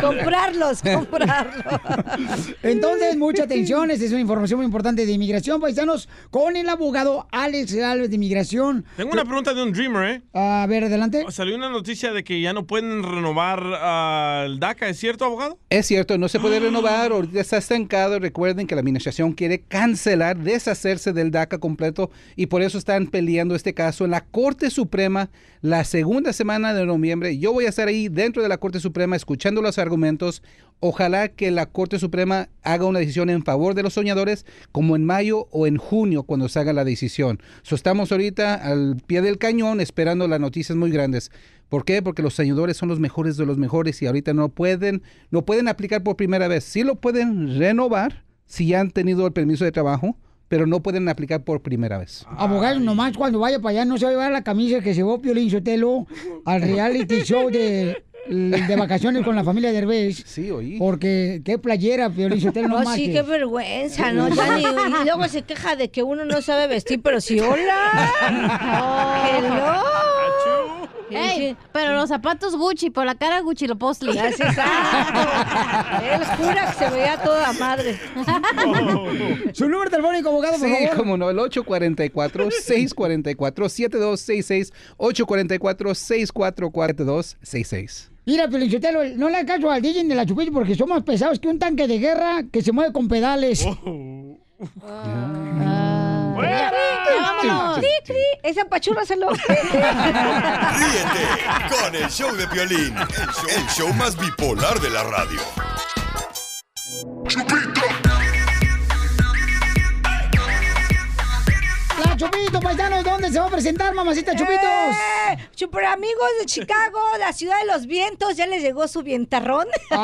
comprarlos, comprarlos.
Entonces, mucha atención, esta es una información muy importante de inmigración, paisanos, con el abogado Alex Galvez de inmigración.
Tengo una pregunta de un dreamer, ¿eh?
A ver, adelante.
Salió una noticia de que ya no pueden renovar ah, el DACA, ¿es cierto, abogado?
Es cierto, no se puede renovar, ahorita está estancado. Recuerden que la administración quiere cancelar, deshacerse del DACA completo y por eso están peleando este caso en la Corte Suprema la segunda semana de noviembre. Yo voy a estar ahí dentro de la Corte Suprema escuchando los argumentos. Ojalá que la Corte Suprema haga una decisión en favor de los soñadores como en mayo o en junio cuando se haga la decisión. So, estamos ahorita al pie del cañón esperando las noticias muy grandes. ¿Por qué? Porque los soñadores son los mejores de los mejores y ahorita no pueden, no pueden aplicar por primera vez. Sí lo pueden renovar si ya han tenido el permiso de trabajo, pero no pueden aplicar por primera vez.
Abogado, nomás cuando vaya para allá no se va a llevar la camisa que llevó Piolín Sotelo al reality show de, de vacaciones con la familia de Herbés.
Sí, oí.
Porque qué playera, Piolín Sotelo, no
No, sí, qué vergüenza, ¿no? Ya ni- y luego se queja de que uno no sabe vestir, pero sí, hola. Hello. Ah,
Ey, pero los zapatos Gucci, por la cara Gucci lo postle.
Gracias. Él jura que se veía toda madre.
Su número telefónico, abogado, por
sí,
favor.
como no, el 844-644-7266, 844-644-7266.
Mira, Piolín Sotelo, no le hagas caso al DJ de la chupita porque somos pesados que un tanque de guerra que se mueve con pedales.
Vámonos. Cri, cri. Esa pachurra se lo.
Ríete con el show de Piolín, el show, el show más bipolar de la radio.
La Chupito, paisanos, ¿dónde se va a presentar, mamacita Chupitos?
Eh, super amigos de Chicago, la ciudad de los vientos, ya les llegó su vientarrón.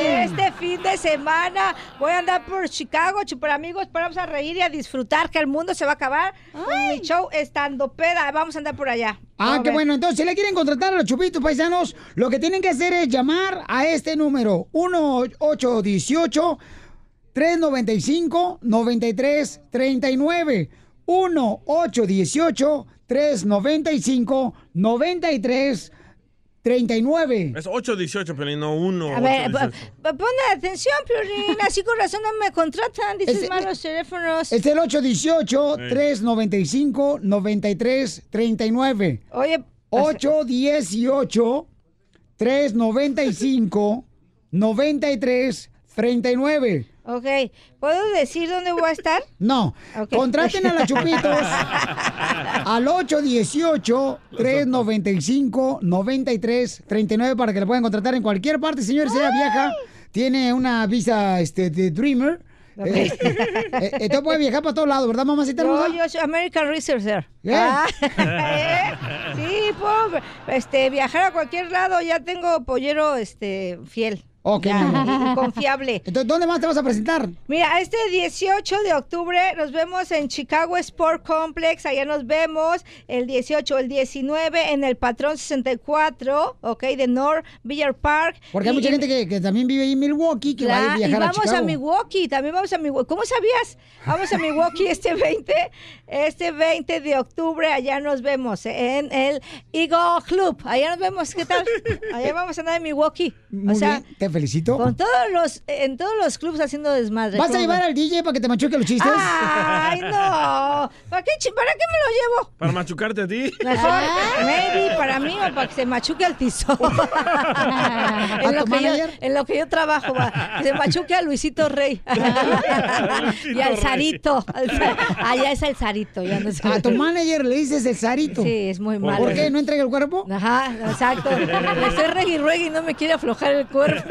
este fin de semana voy a andar por Chicago, super amigos, pero vamos a reír y a disfrutar que el mundo se va a acabar. Mi show estando peda, vamos a andar por allá.
Ah,
¿Cómo
qué
ven?
bueno. Entonces, si le quieren contratar a los chupitos paisanos, lo que tienen que hacer es llamar a este número: 1818 395 9339 1818 395 9339
Es 818, Piolín, no 1.
A ver, pon atención, Piorín, así con razón no me contratan, dices
Es-
malos teléfonos.
Es el 818-395-9339.
Oye.
818-395-9339.
Ok, ¿puedo decir dónde voy a estar?
No,
Ok.
contraten a las chupitos al 818-395-9339 para que la puedan contratar en cualquier parte. Señor, si ella viaja, tiene una visa este, de Dreamer.
Ok.
Eh, eh, entonces puede viajar para todos lados, ¿verdad, mamacita?
Yo,
hermosa?
yo soy American Researcher.
¿Eh?
Ah, ¿eh? Sí, puedo este, viajar a cualquier lado, ya tengo pollero este, fiel.
Ok,
Ya,
mi amor.
y- y confiable.
Entonces, ¿dónde más te vas a presentar?
Mira, este 18 de octubre nos vemos en Chicago Sport Complex, allá nos vemos el 18, el 19 en el Patrón 64, ok, de North Villar Park.
Porque hay
Y-
mucha
y-
gente que, que también vive ahí en Milwaukee que va a
Claro, y
viajar
vamos
a
a,
Chicago.
Milwaukee, también vamos a Milwaukee. ¿Cómo sabías? Vamos a Milwaukee este 20, este 20 de octubre, allá nos vemos eh, en el Eagle Club. Allá nos vemos, ¿qué tal? Allá vamos a andar en Milwaukee.
Muy
o sea,
bien, te felicito.
con todos los, en todos los clubes haciendo desmadre.
¿Vas a
¿Cómo
llevar
ven?
al DJ para que te machuque los chistes?
Ay, no. ¿Para qué, chi- ¿Para qué me lo llevo?
Para machucarte a ti.
Mejor, Ah,
Ah.
maybe para mí o para que se machuque al tizón. en, lo
tu
que yo,
manager?
en lo que yo trabajo, va. Que se machuque a Luisito Rey. y al
Rey.
Zarito. al Za- Allá es el Zarito. Ya no sé.
A tu manager le dices el zarito.
Sí, es muy malo.
¿Por qué? ¿No entrega el cuerpo?
Ajá, exacto. Me estoy regui regui y no me quiere aflojar el cuerpo.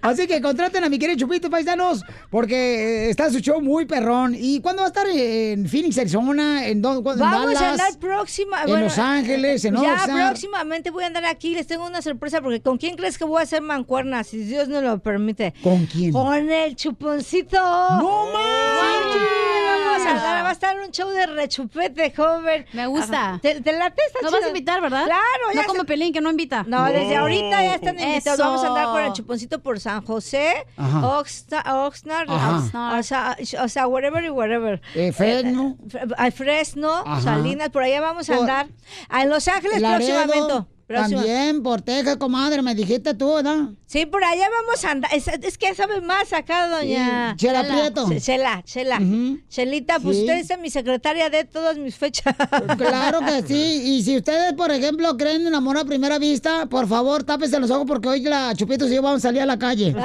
Así que contraten a mi querido Chupito Paisanos, porque eh, está su show muy perrón. ¿Y cuándo va a estar? ¿En Phoenix, Arizona? ¿En, dónde, cuándo? ¿En
Vamos a
Dallas?
andar próxima.
en Los Ángeles, en
Ya
Oxnard.
próximamente voy a andar aquí. Les tengo una sorpresa porque ¿con quién crees que voy a hacer mancuernas? Si Dios no lo permite.
¿Con quién?
Con el chuponcito.
¡No
Vamos a andar. Va a estar un show de rechupete, joven. Me
gusta.
¿Te, te late? Está
No vas
chido.
a invitar, ¿verdad?
Claro,
No
ya
como Pelín, que no invita.
No, desde ahorita ya están invitados.
Eso.
Vamos a andar con el chuponcito por San José,
Ajá.
Oxta- Oxnard,
Ajá.
Oxnard, o sea, o sea, whatever y whatever.
Eh, Fresno.
Eh, eh, Fresno,
Ajá.
Salinas, por allá vamos a
Por-
andar. A en Los Ángeles
Laredo,
próximamente. Próxima.
También, por Texas, comadre, me dijiste tú, ¿verdad?
Sí, por allá vamos a andar. Es, es que sabe más acá, doña.
Sí, Chela Prieto.
Che- Chela, Chela. Chelita, pues
Sí.
usted es mi secretaria de todas mis fechas.
Claro que sí. Y si ustedes, por ejemplo, creen en amor a primera vista, por favor, tápense los ojos porque hoy la Chupitos y yo vamos a salir a la calle.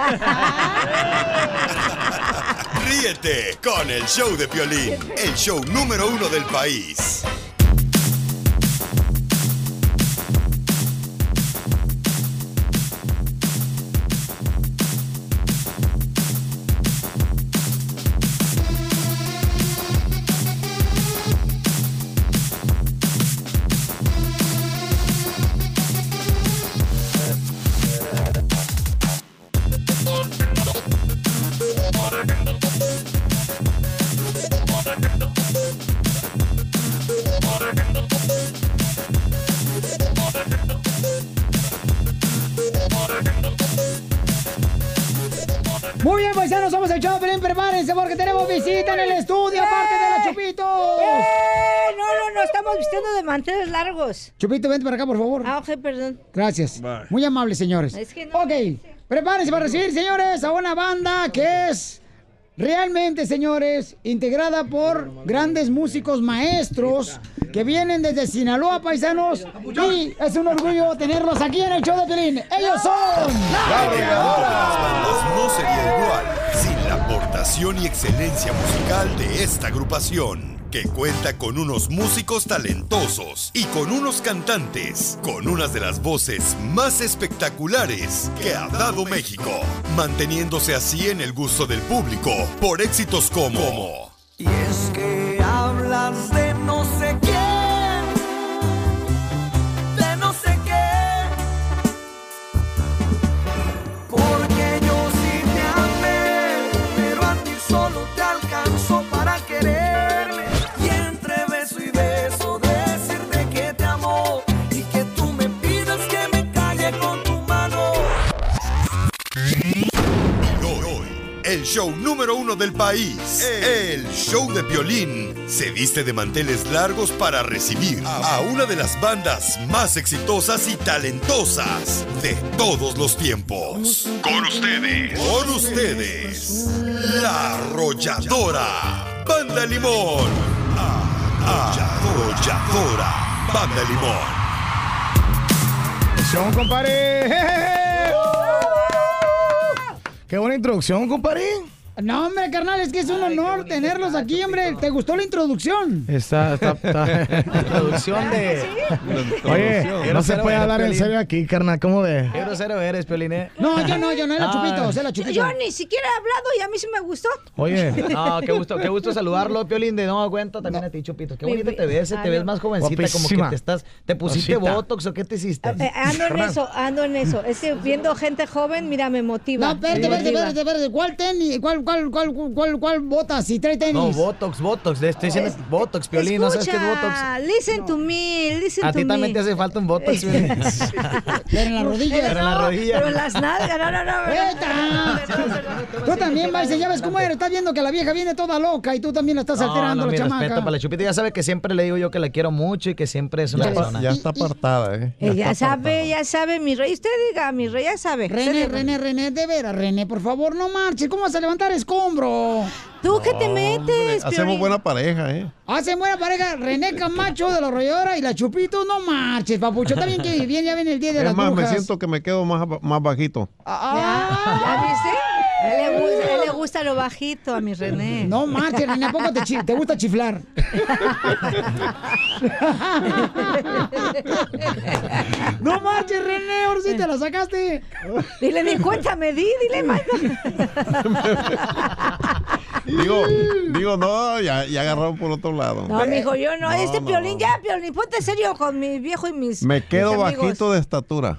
Ríete con el show de Piolín, el show número uno del país.
Muy bien, paisanos, somos el show, Pelín, prepárense porque tenemos visita en el estudio, aparte de la Chupitos.
¡Eh! No, no, no, estamos vistiendo de manteles largos.
Chupito, vente para acá, por favor.
Ah, ok, perdón.
Gracias. Muy amables, señores.
Es que
ok, prepárense para recibir, señores, a una banda que es realmente, señores, integrada por grandes músicos maestros que vienen desde Sinaloa, paisanos. Y es un orgullo tenerlos aquí en el show de Pelín. Ellos son...
Los no sería igual sin la aportación y excelencia musical de esta agrupación. que cuenta con unos músicos talentosos y con unos cantantes con unas de las voces más espectaculares que ha dado México, manteniéndose así en el gusto del público por éxitos como
Y es que hablas de no sé quién, de no sé qué, porque yo sí te amé, pero a ti solo te alcanzó para quererme. Y entre beso y beso decirte que te amo y que tú me pidas que me calle con tu mano.
el show número uno del país. El show de Piolín se viste de manteles largos para recibir a una de las bandas más exitosas y talentosas de todos los tiempos. Con ustedes, con ustedes, la arrolladora Banda Limón. Ah, Arrolladora Banda Limón.
¡Son, compadre! ¡Jejeje!
Qué buena introducción, compadre.
No, hombre, carnal, es que es un honor tenerlos aquí, hombre. ¿Te gustó la introducción?
Está, está, está.
Introducción de.
Oye, no se puede hablar en serio aquí, carnal. ¿Cómo de?
Qué grosero eres, Piolín, eh.
No, yo no, yo no, era
Ah.
Chupito, era
Yo,
Chupito.
yo ni siquiera he hablado y a mí sí me gustó.
Oye.
No, qué gusto, qué gusto saludarlo, Piolín. De no cuenta también a ti, Chupito. Qué
Mi
bonito
vi-
te ves, eh,
Ay,
te ves
no.
más jovencita, como
Guapísima.
que te estás, te pusiste
Rosita.
botox o qué te hiciste.
Eh, ando en
Carnal.
eso, ando en eso. Es que viendo gente joven, mira, me motiva.
No, espérate,
me
espérate,
motiva.
espérate, espérate. ¿Cuál tenis? ¿Cuál, cuál, cuál, cuál, cuál botas? Si trae tenis.
No, botox, botox, le estoy diciendo botox, Piolín, no sabes qué es botox.
Escucha, listen to me, listen
A
to
ti
me.
también te hace falta un botox, Piolín.
Pero en las rodillas.
Pero en la rodilla.
Pero en las nalgas, no, no, no.
¡Eta! Tú también, Marce, ya ves cómo eres. Estás viendo que la vieja viene toda loca y tú también la estás
No,
alterando,
no,
la
mi
chamaca.
respeto para la Chupita. Ya sabe que siempre le digo yo que la quiero mucho y que siempre es una
Ya,
persona.
pa- ya está apartada, ¿eh?
Eh, ya
está
sabe, ya sabe, mi rey. Usted diga, mi rey ya sabe.
René,
Usted-
René, René, de veras, René, por favor, no marches. ¿Cómo vas a levantar escombro?
¿Tú qué
Eh,
Hacemos buena pareja, ¿eh?
Hacen buena pareja René Camacho de la Arrolladora y la Chupito, no marches, papucho. También que viene, ya viene el día de
Es
las
más, me
brujas.
siento que me quedo más, más bajito.
¿Ya viste? A él le, gusta, a él le gusta lo bajito a mi René.
No marches, René, ¿a poco te, chi- te gusta chiflar? no marches, René, ahora sí te la sacaste.
Dile, di, cuéntame, di, dile, más.
Digo, digo, no, ya, ya agarró por otro lado.
No, mijo, yo no.
No,
este
no,
piolín, ya, piolín, ponte serio con mi viejo y mis.
Me quedo
mis amigos.
bajito de estatura.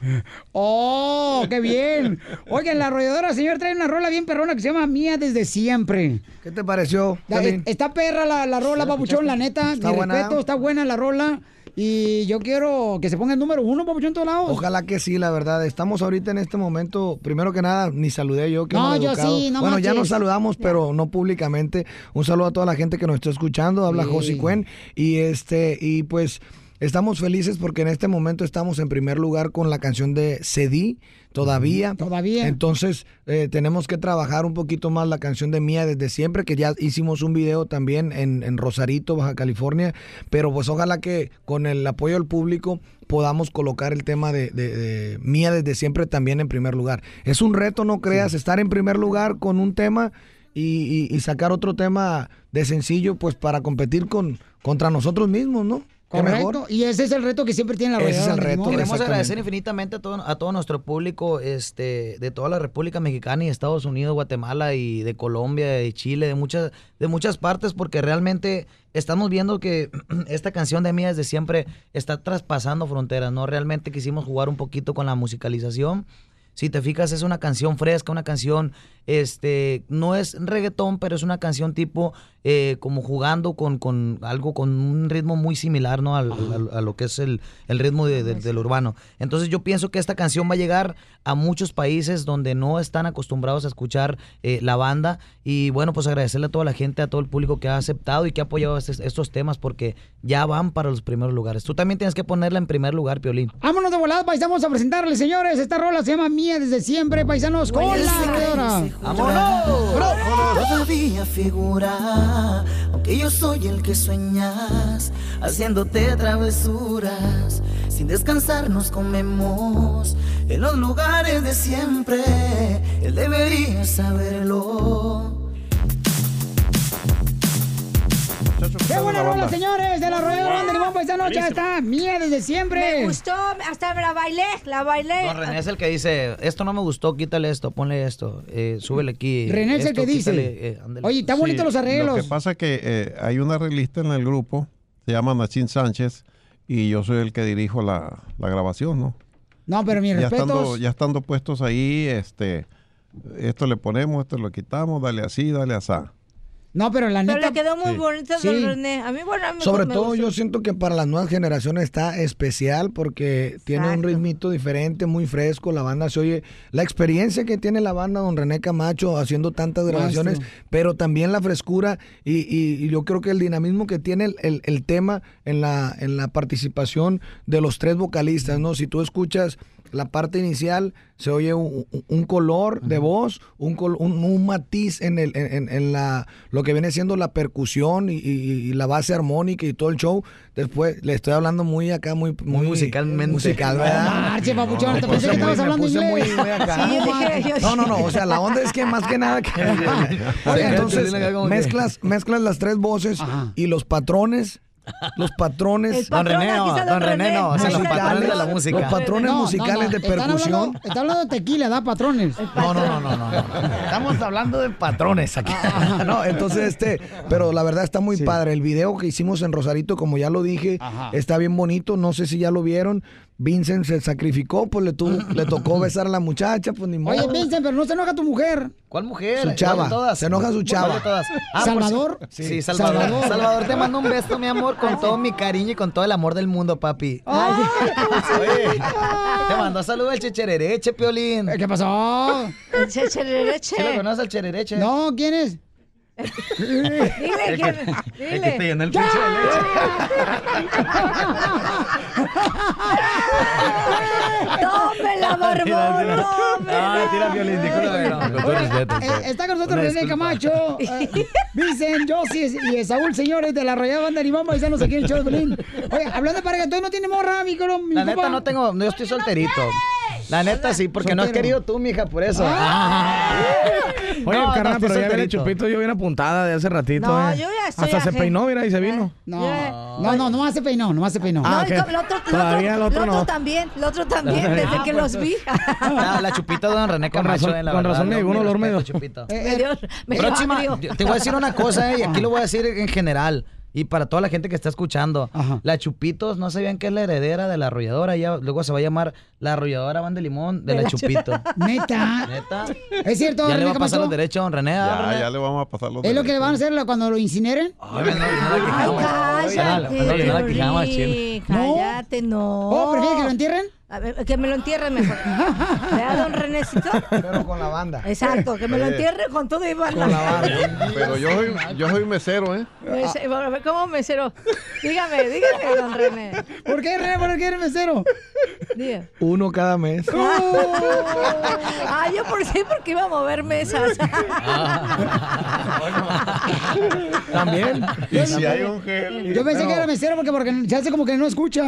¡Oh, qué bien! Oigan, la arrolladora, señor, trae una rola bien perrona que se llama Mía desde siempre.
¿Qué te pareció?
Ya,
Piolín?
eh, está perra la, la rola, papuchón, la neta.
Está
mi
buena.
respeto, está buena la rola. Y yo quiero que se ponga el número uno, papuchón, en todos lados.
Ojalá que sí, la verdad. Estamos ahorita en este momento, primero que nada, ni saludé yo. qué
No, yo
maleducado.
sí, no
Bueno, ya
manches.
nos saludamos, pero no públicamente. Un saludo a toda la gente que nos está escuchando. Habla
Sí.
José Cuen. Y este, y pues estamos felices porque en este momento estamos en primer lugar con la canción de Cedí. Todavía.
Todavía.
Entonces, eh, tenemos que trabajar un poquito más la canción de Mía desde siempre, que ya hicimos un video también en, en Rosarito, Baja California. Pero pues ojalá que con el apoyo del público podamos colocar el tema de, de- de Mía desde siempre también en primer lugar. Es un reto, no creas, estar en primer lugar con un tema y, y- y sacar otro tema de sencillo, pues para competir con contra nosotros mismos, ¿no? ¿Qué mejor?
Correcto. Y ese es el reto que siempre tiene la
Ese es
arrolladora.
el
de
reto,
limón.
exactamente.
Queremos agradecer infinitamente a todo, a todo nuestro público este, de toda la República Mexicana y Estados Unidos, Guatemala y de Colombia y Chile, de muchas, de muchas partes, porque realmente estamos viendo que esta canción de mía desde siempre está traspasando fronteras, ¿no? Realmente quisimos jugar un poquito con la musicalización. Si te fijas, es una canción fresca, una canción, este, no es reggaetón, pero es una canción tipo eh, como jugando con, con algo, con un ritmo muy similar, ¿no? Al- al- a lo que es el, el ritmo de- de- del urbano. Entonces yo pienso que esta canción va a llegar a muchos países donde no están acostumbrados a escuchar eh, la banda. Y bueno, pues agradecerle a toda la gente, a todo el público que ha aceptado y que ha apoyado este- estos temas porque ya van para los primeros lugares. Tú también tienes que ponerla en primer lugar, Piolín.
Vámonos de volada, paisanos, vamos a presentarles, señores. Esta rola se llama Mía desde siempre, paisanos, con la arrolladora.
¡Vámonos! Todavía figura, aunque yo soy el que sueñas, haciéndote travesuras. Sin descansar nos comemos en los lugares de siempre. Él debería saberlo.
muchachos.
¡Qué buena rola, señores! De la Rodeo
Wow.
Banda Limón Paisano, ya
Buenísimo.
está. Mía desde siempre.
Me gustó, hasta me la bailé, la bailé.
No, René es el que dice, esto no me gustó, quítale esto, ponle esto, eh, súbele aquí.
René es el
esto,
que dice.
quítale, eh, ándale.
Oye, está bonito
Sí,
los arreglos.
Lo que pasa es que eh, hay una arreglista en el grupo, se llama Nachín Sánchez, y yo soy el que dirijo la, la grabación, ¿no?
No, pero mis
ya estando,
respetos.
ya estando puestos ahí, este, esto le ponemos, esto lo quitamos, dale así, dale asá.
No, pero la
Pero
neta.
le quedó muy
Sí.
bonita
Sí.
don René. A mí, bueno, a mí
Sobre
me
todo
gustó.
yo siento que para las nuevas generaciones está especial porque tiene un ritmito diferente, muy fresco, la banda se oye, la experiencia que tiene la banda Don René Camacho haciendo tantas
Maestro.
grabaciones, pero también la frescura y, y- y yo creo que el dinamismo que tiene el, el- el tema en la, en la participación de los tres vocalistas, ¿no? Si tú escuchas la parte inicial, se oye un, un- un color de voz, un, col- un, un matiz en, el, en, en- en la, lo que viene siendo la percusión y, y- y la base armónica y todo el show. Después, le estoy hablando muy acá, muy... Muy musicalmente. Musical, ¿verdad?
No marches, papuchón, te
puse
pensé que estabas
muy- me
hablando
puse muy-
inglés.
muy acá.
Sí, yo dije, yo
No, no,
dije.
no, o sea, la onda es que más que nada... que- Oye, entonces, mezclas, mezclas las tres voces y los patrones... Los
El
patrones.
patrón, Don René, aquí está don don René, René. no, o sea, los
musicales,
patrones de la música.
Los patrones
No, no,
musicales
no,
de
están hablando-
percusión.
Está hablando de tequila, da patrones.
No, no, no, no, no, no. Estamos hablando de patrones aquí. no, entonces este, pero la verdad está muy padre. El video que hicimos en Rosarito, como ya lo dije,
Ajá.
está bien bonito. No sé si ya lo vieron. Vincent se sacrificó, pues le, tuvo, le tocó besar a la muchacha, pues ni modo.
Oye, Vincent, pero no se enoja tu mujer.
¿Cuál mujer?
Su chava.
¿Cuál de todas?
Se enoja su chava.
¿Cuál de todas? Ah, por
¿Salvador?
si- Sí,
Sí,
Salvador.
Salvador.
Salvador. te mando un beso, mi amor, con todo mi cariño y con todo el amor del mundo, papi. Oye, te mando saludos el checherereche, Piolín.
¿Qué pasó?
El checherereche.
¿Sí lo conoces al checherereche?
No, ¿quién es?
Es que- Es que te llena el pinche de leche.
¡Tómela, barbón!
Ah, tira Piolín, discúlpame. no, con todo respeto. pues.
Eh, está con nosotros
Una
René
disculpa.
Camacho, eh, Vicen, Josis y Saúl, señores de la Rayada Banda Limón, paisanos aquí en el show de Pelín. Oye, hablando de pareja, ¿tú no tienes morra, mi colo- mi
La
compa?
neta no tengo, yo estoy solterito. La neta sí, porque no has
Soltero.
querido tú, mija, por eso.
Ah.
Oye,
No, no,
carnal,
estoy
pero ya viene
solterito.
Chupito, yo bien apuntada de hace ratito.
No,
eh.
yo ya estoy
Hasta se
aje-
peinó, mira, y se vino.
No, no, no, nomás se peinó, nomás se peinó.
Ah,
No, el,
ok.
el otro, el
Todavía
otro,
el otro
el otro
no.
también, el otro también, desde
Ah,
que
pues,
los vi.
Ah.
No, Ah, la chupita de Don René
Con
Camacho,
razón-
eh, la
con
verdad,
razón me
yo
llegó un olor
respeto,
medio-
Chupito.
me dio, me dio
Próxima,
agrio.
yo te voy a decir una cosa, eh, y aquí lo voy a decir en general. Y para toda la gente que está escuchando, la Chupitos no sabían que es la heredera de la arrolladora. Ya luego se va a llamar la arrolladora Van de Limón de, la, Chupito.
Neta.
Neta.
Es cierto,
ya le va
René
a pasar
Camacho.
los derechos a don René.
Ya, ya le vamos a pasar los
Es lo que le van a hacer cuando lo incineren.
Ay,
Perdón, perdón, le da la
cállate,
quijada,
Piolín,
chin.
cállate, no.
Oh, ¿prefieres que lo entierren?
que me lo entierren mejor. Vea, don Renécito.
Pero con la banda.
Exacto, que me lo
Oye.
entierren con todo y banda.
Pero yo soy, yo soy mesero, ¿eh?
Pues, eh, bueno, ¿Cómo mesero? Dígame, dígame, don René.
¿Por qué, René? ¿Por qué eres mesero?
Diga.
Uno cada mes.
Ah, yo por sí, porque iba a mover mesas.
También.
Y si hay un gel.
Yo pensé que era mesero porque, porque se hace como que no escucha.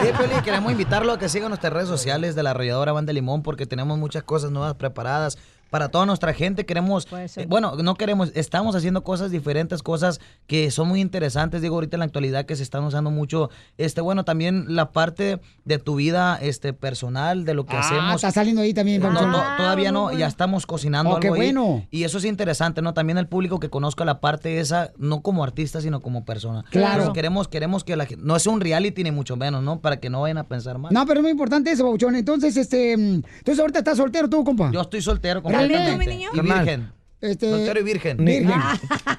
Oye, Piolín, queremos invitarlo a que siga nuestras redes sociales de la arrolladora Van de Limón porque tenemos muchas cosas nuevas preparadas para toda nuestra gente. Queremos, eh, bueno, no queremos, estamos haciendo cosas diferentes, cosas que son muy interesantes. Digo, ahorita en la actualidad que se están usando mucho, este, bueno, también la parte de tu vida, este, personal, de lo que
Ah,
hacemos.
está saliendo ahí también.
No,
Papuchón.
no, todavía no, ya estamos cocinando
Oh, qué
algo ahí.
bueno.
Y eso es interesante, ¿no? También el público que conozca la parte esa, no como artista, sino como persona.
Claro.
Entonces, queremos, queremos que la gente, no es un reality ni mucho menos, ¿no? Para que no vayan a pensar mal.
No, pero es muy importante eso, Bauchón. Entonces, este. mm, Entonces, ahorita estás soltero tú, compa.
Yo estoy soltero
René.
completamente. Y
Carnal.
virgen.
Este-
Soltero y virgen.
Ni- Virgen.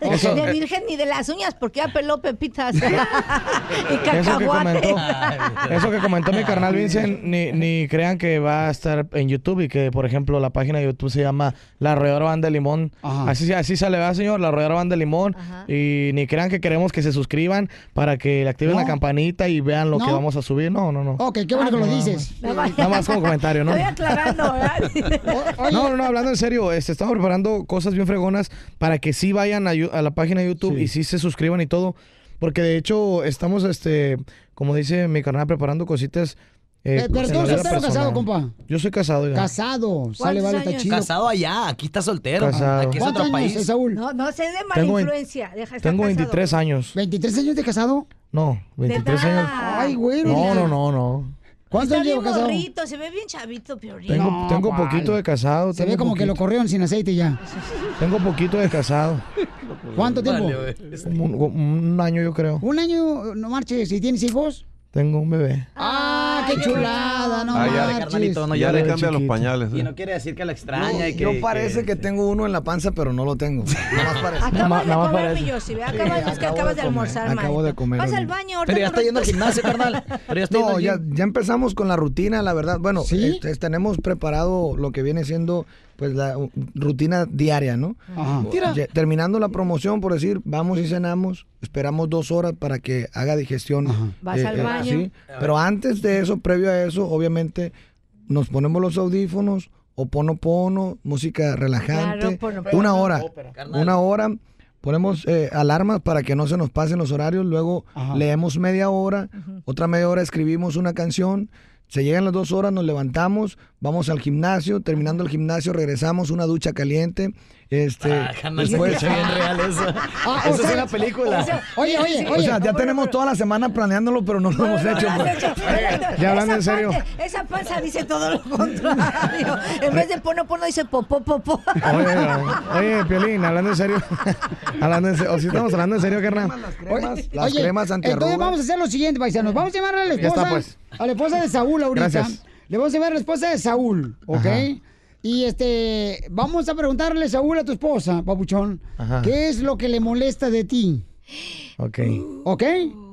Eso-
de virgen ni de las uñas, porque ya peló pepitas. y
Eso que comentó,
cacahuate.
eso que comentó mi carnal Vincent, ni, ni crean que va a estar en YouTube y que, por ejemplo, la página de YouTube se llama La Arrolladora Banda de Limón. Así, así sale, va, señor, La Arrolladora Banda de Limón. Y ni crean que queremos que se suscriban para que le activen la
No.
campanita y vean lo que
No.
vamos a subir. No, no, no.
Ok, qué bueno
Ah,
que lo dices.
Nada más como comentario, ¿no?
Estoy aclarando, ¿verdad?
No, no, no, hablando en serio, este, estamos preparando cosas bien fregonas para que sí vayan a, Yu- a la página de YouTube y sí se suscriban y todo. Porque de hecho estamos, este, como dice mi carnal, preparando cositas
Eh, pero
en
tú
la vida
estás casado,
personal.
compa.
Yo soy casado ya.
Ah,
Casado. Sale, vale, está chido.
Casado allá, aquí está soltero.
Casado.
Aquí es otro
¿Cuántos años,
país.
Saúl?
No, no sé de mala
Tengo vein-
influencia. Deja estar
Tengo
casado.
23 años.
¿23 años de casado?
No, 23 años.
Ay, güey.
No, no, no, no.
¿Cuántos
Está
años
bien
lleva casado?
morrito, se ve bien chavito, Piolín.
Tengo, tengo poquito de casado.
Se ve como que lo corrieron sin aceite ya.
Tengo poquito de casado.
¿Cuánto tiempo?
Como un, un año, yo creo.
Un año, no marches, si tienes hijos.
Tengo un bebé.
¡Ah, qué chulada! No
Ah, ya,
marches.
carnalito, no, ya
Ya
le
de
cambia los
chiquito.
pañales. eh.
Quiere decir que la extraña y que...
Yo parece que tengo uno en la panza, pero no lo tengo. Nada más parece.
Acabas de
Nada más
comer,
parece.
mi Yossi, ve,
Sí,
acabas, es que
acabo
acabas de,
comer,
almorzar,
Acabo
manito.
de comer.
Vas al
ahorita.
baño, ahorita corres tus-
no, ya, ya empezamos con la rutina, la verdad. Bueno, este, tenemos preparado lo que viene siendo pues la uh, rutina diaria, ¿no?
Ajá.
Ya- terminando la promoción, por decir, vamos y cenamos, esperamos dos horas para que haga digestión.
Vas al baño.
sí. Pero antes de eso, previo a eso, obviamente nos ponemos los audífonos o pono pono, música relajante,
Claro, pono
una
pono.
hora,
Ópera.
una hora. Ponemos eh, alarmas para que no se nos pasen los horarios, luego leemos media hora, otra media hora escribimos una canción, se llegan las dos horas, nos levantamos, vamos al gimnasio, terminando el gimnasio regresamos, una ducha caliente, este,
carnal, se escucha bien real eso.
Ah, o
Eso es
sea,
una película.
o sea,
oye, oye,
o sea, ya tenemos toda la semana planeándolo, pero no lo hemos hecho.
Has
pues.
hecho-
Ya hablando en
Esa
serio.
parte- Esa panza dice todo lo contrario. En vez de pono, pono, dice popó, popó.
Oye, oye, Piolín, hablando en serio. hablando en serio. O si estamos hablando en serio, carnal.
Oye,
las
oye,
cremas antiarrugas.
Entonces vamos a hacer lo siguiente, paisanos. Vamos a llamar a la
Ya está,
esposa,
pues.
a la esposa de Saúl ahorita.
Gracias.
Le vamos a llamar a la esposa de Saúl, ¿ok?
Ajá.
Y este, vamos a preguntarle, Saúl, a tu esposa, papuchón,
Ajá.
¿qué es lo que le molesta de ti?
Ok,
¿Ok?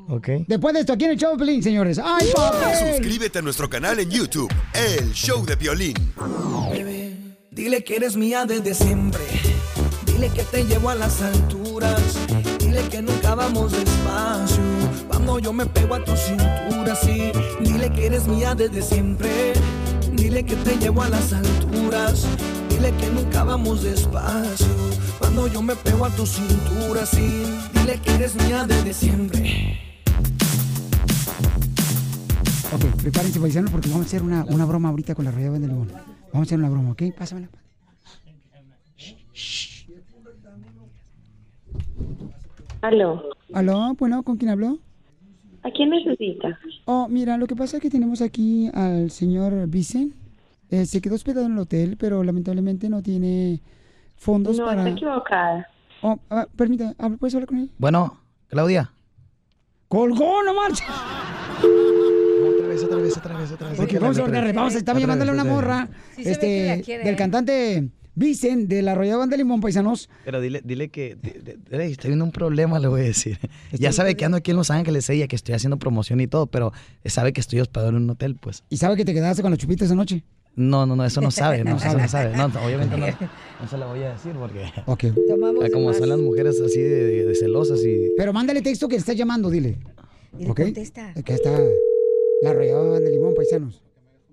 ok.
Después de esto, aquí en el show de Pelín, señores. ¡Ay, papel!
Suscríbete a nuestro canal en YouTube, El Show de Violín.
Dile que eres mía desde siempre. Dile que te llevo a las alturas. Dile que nunca vamos despacio. Cuando yo me pego a tu cintura, sí. Dile que eres mía desde siempre. Dile que te llevo a las alturas. Dile que nunca vamos despacio. Cuando yo me pego a tu cintura, sí. Dile que eres mía desde siempre.
Ok, prepárense, paisanos, porque vamos a hacer una, una broma ahorita con la rueda de Limón. Vamos a hacer una broma, ¿ok? Pásamela.
Aló,
¿Aló? Bueno, ¿con quién habló?
¿a quién necesita?
Oh, mira, lo que pasa es que tenemos aquí al señor Vicen. Eh, se quedó hospedado en el hotel, pero lamentablemente no tiene fondos
No,
para...
está equivocada.
Oh, ah, permítame, ah, ¿puedes hablar con él?
Bueno, Claudia.
¡Colgó, no marcha!
Otra vez, otra vez, otra vez, otra vez.
Ok, vamos a hablarle, vamos a estar llamándole a una morra
Sí se ve que la
este,
quiere,
del
¿eh?
cantante Vicen de la Arrollada Banda Limón, paisanos.
Pero dile, dile que de- de- de- hey, estoy viendo un problema, le voy a decir. ya sabe que ando aquí en Los Ángeles ella, que estoy haciendo promoción y todo, pero sabe que estoy hospedado en un hotel, pues.
¿Y sabe que te quedaste con los chupitos esa noche?
No, no, no, eso no sabe, no,
No
eso
sabe.
no sabe. No, no, obviamente no, no se la voy a decir porque...
Ok.
Como son las mujeres así de, de- de celosas y...
Pero mándale texto que está llamando, dile.
Dile,
¿Ok?
contesta.
Acá está la Arrollada Banda Limón, paisanos.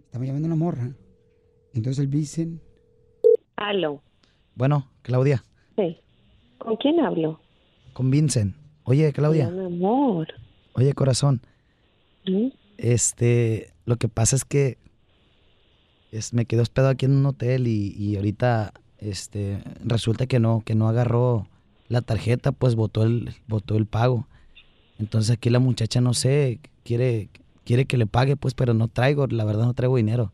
Estamos llamando a una morra. Entonces el Vicen...
Aló,
Bueno, Claudia,
sí. ¿Con quién hablo?
con Vincent. Oye, Claudia,
Mi amor.
oye, corazón,
¿Mm?
este, lo que pasa es que es, me quedé hospedado aquí en un hotel y, y ahorita, este, resulta que no, que no agarró la tarjeta, pues botó el, botó el pago. Entonces aquí la muchacha, no sé, quiere, quiere que le pague, pues, pero no traigo, la verdad no traigo dinero.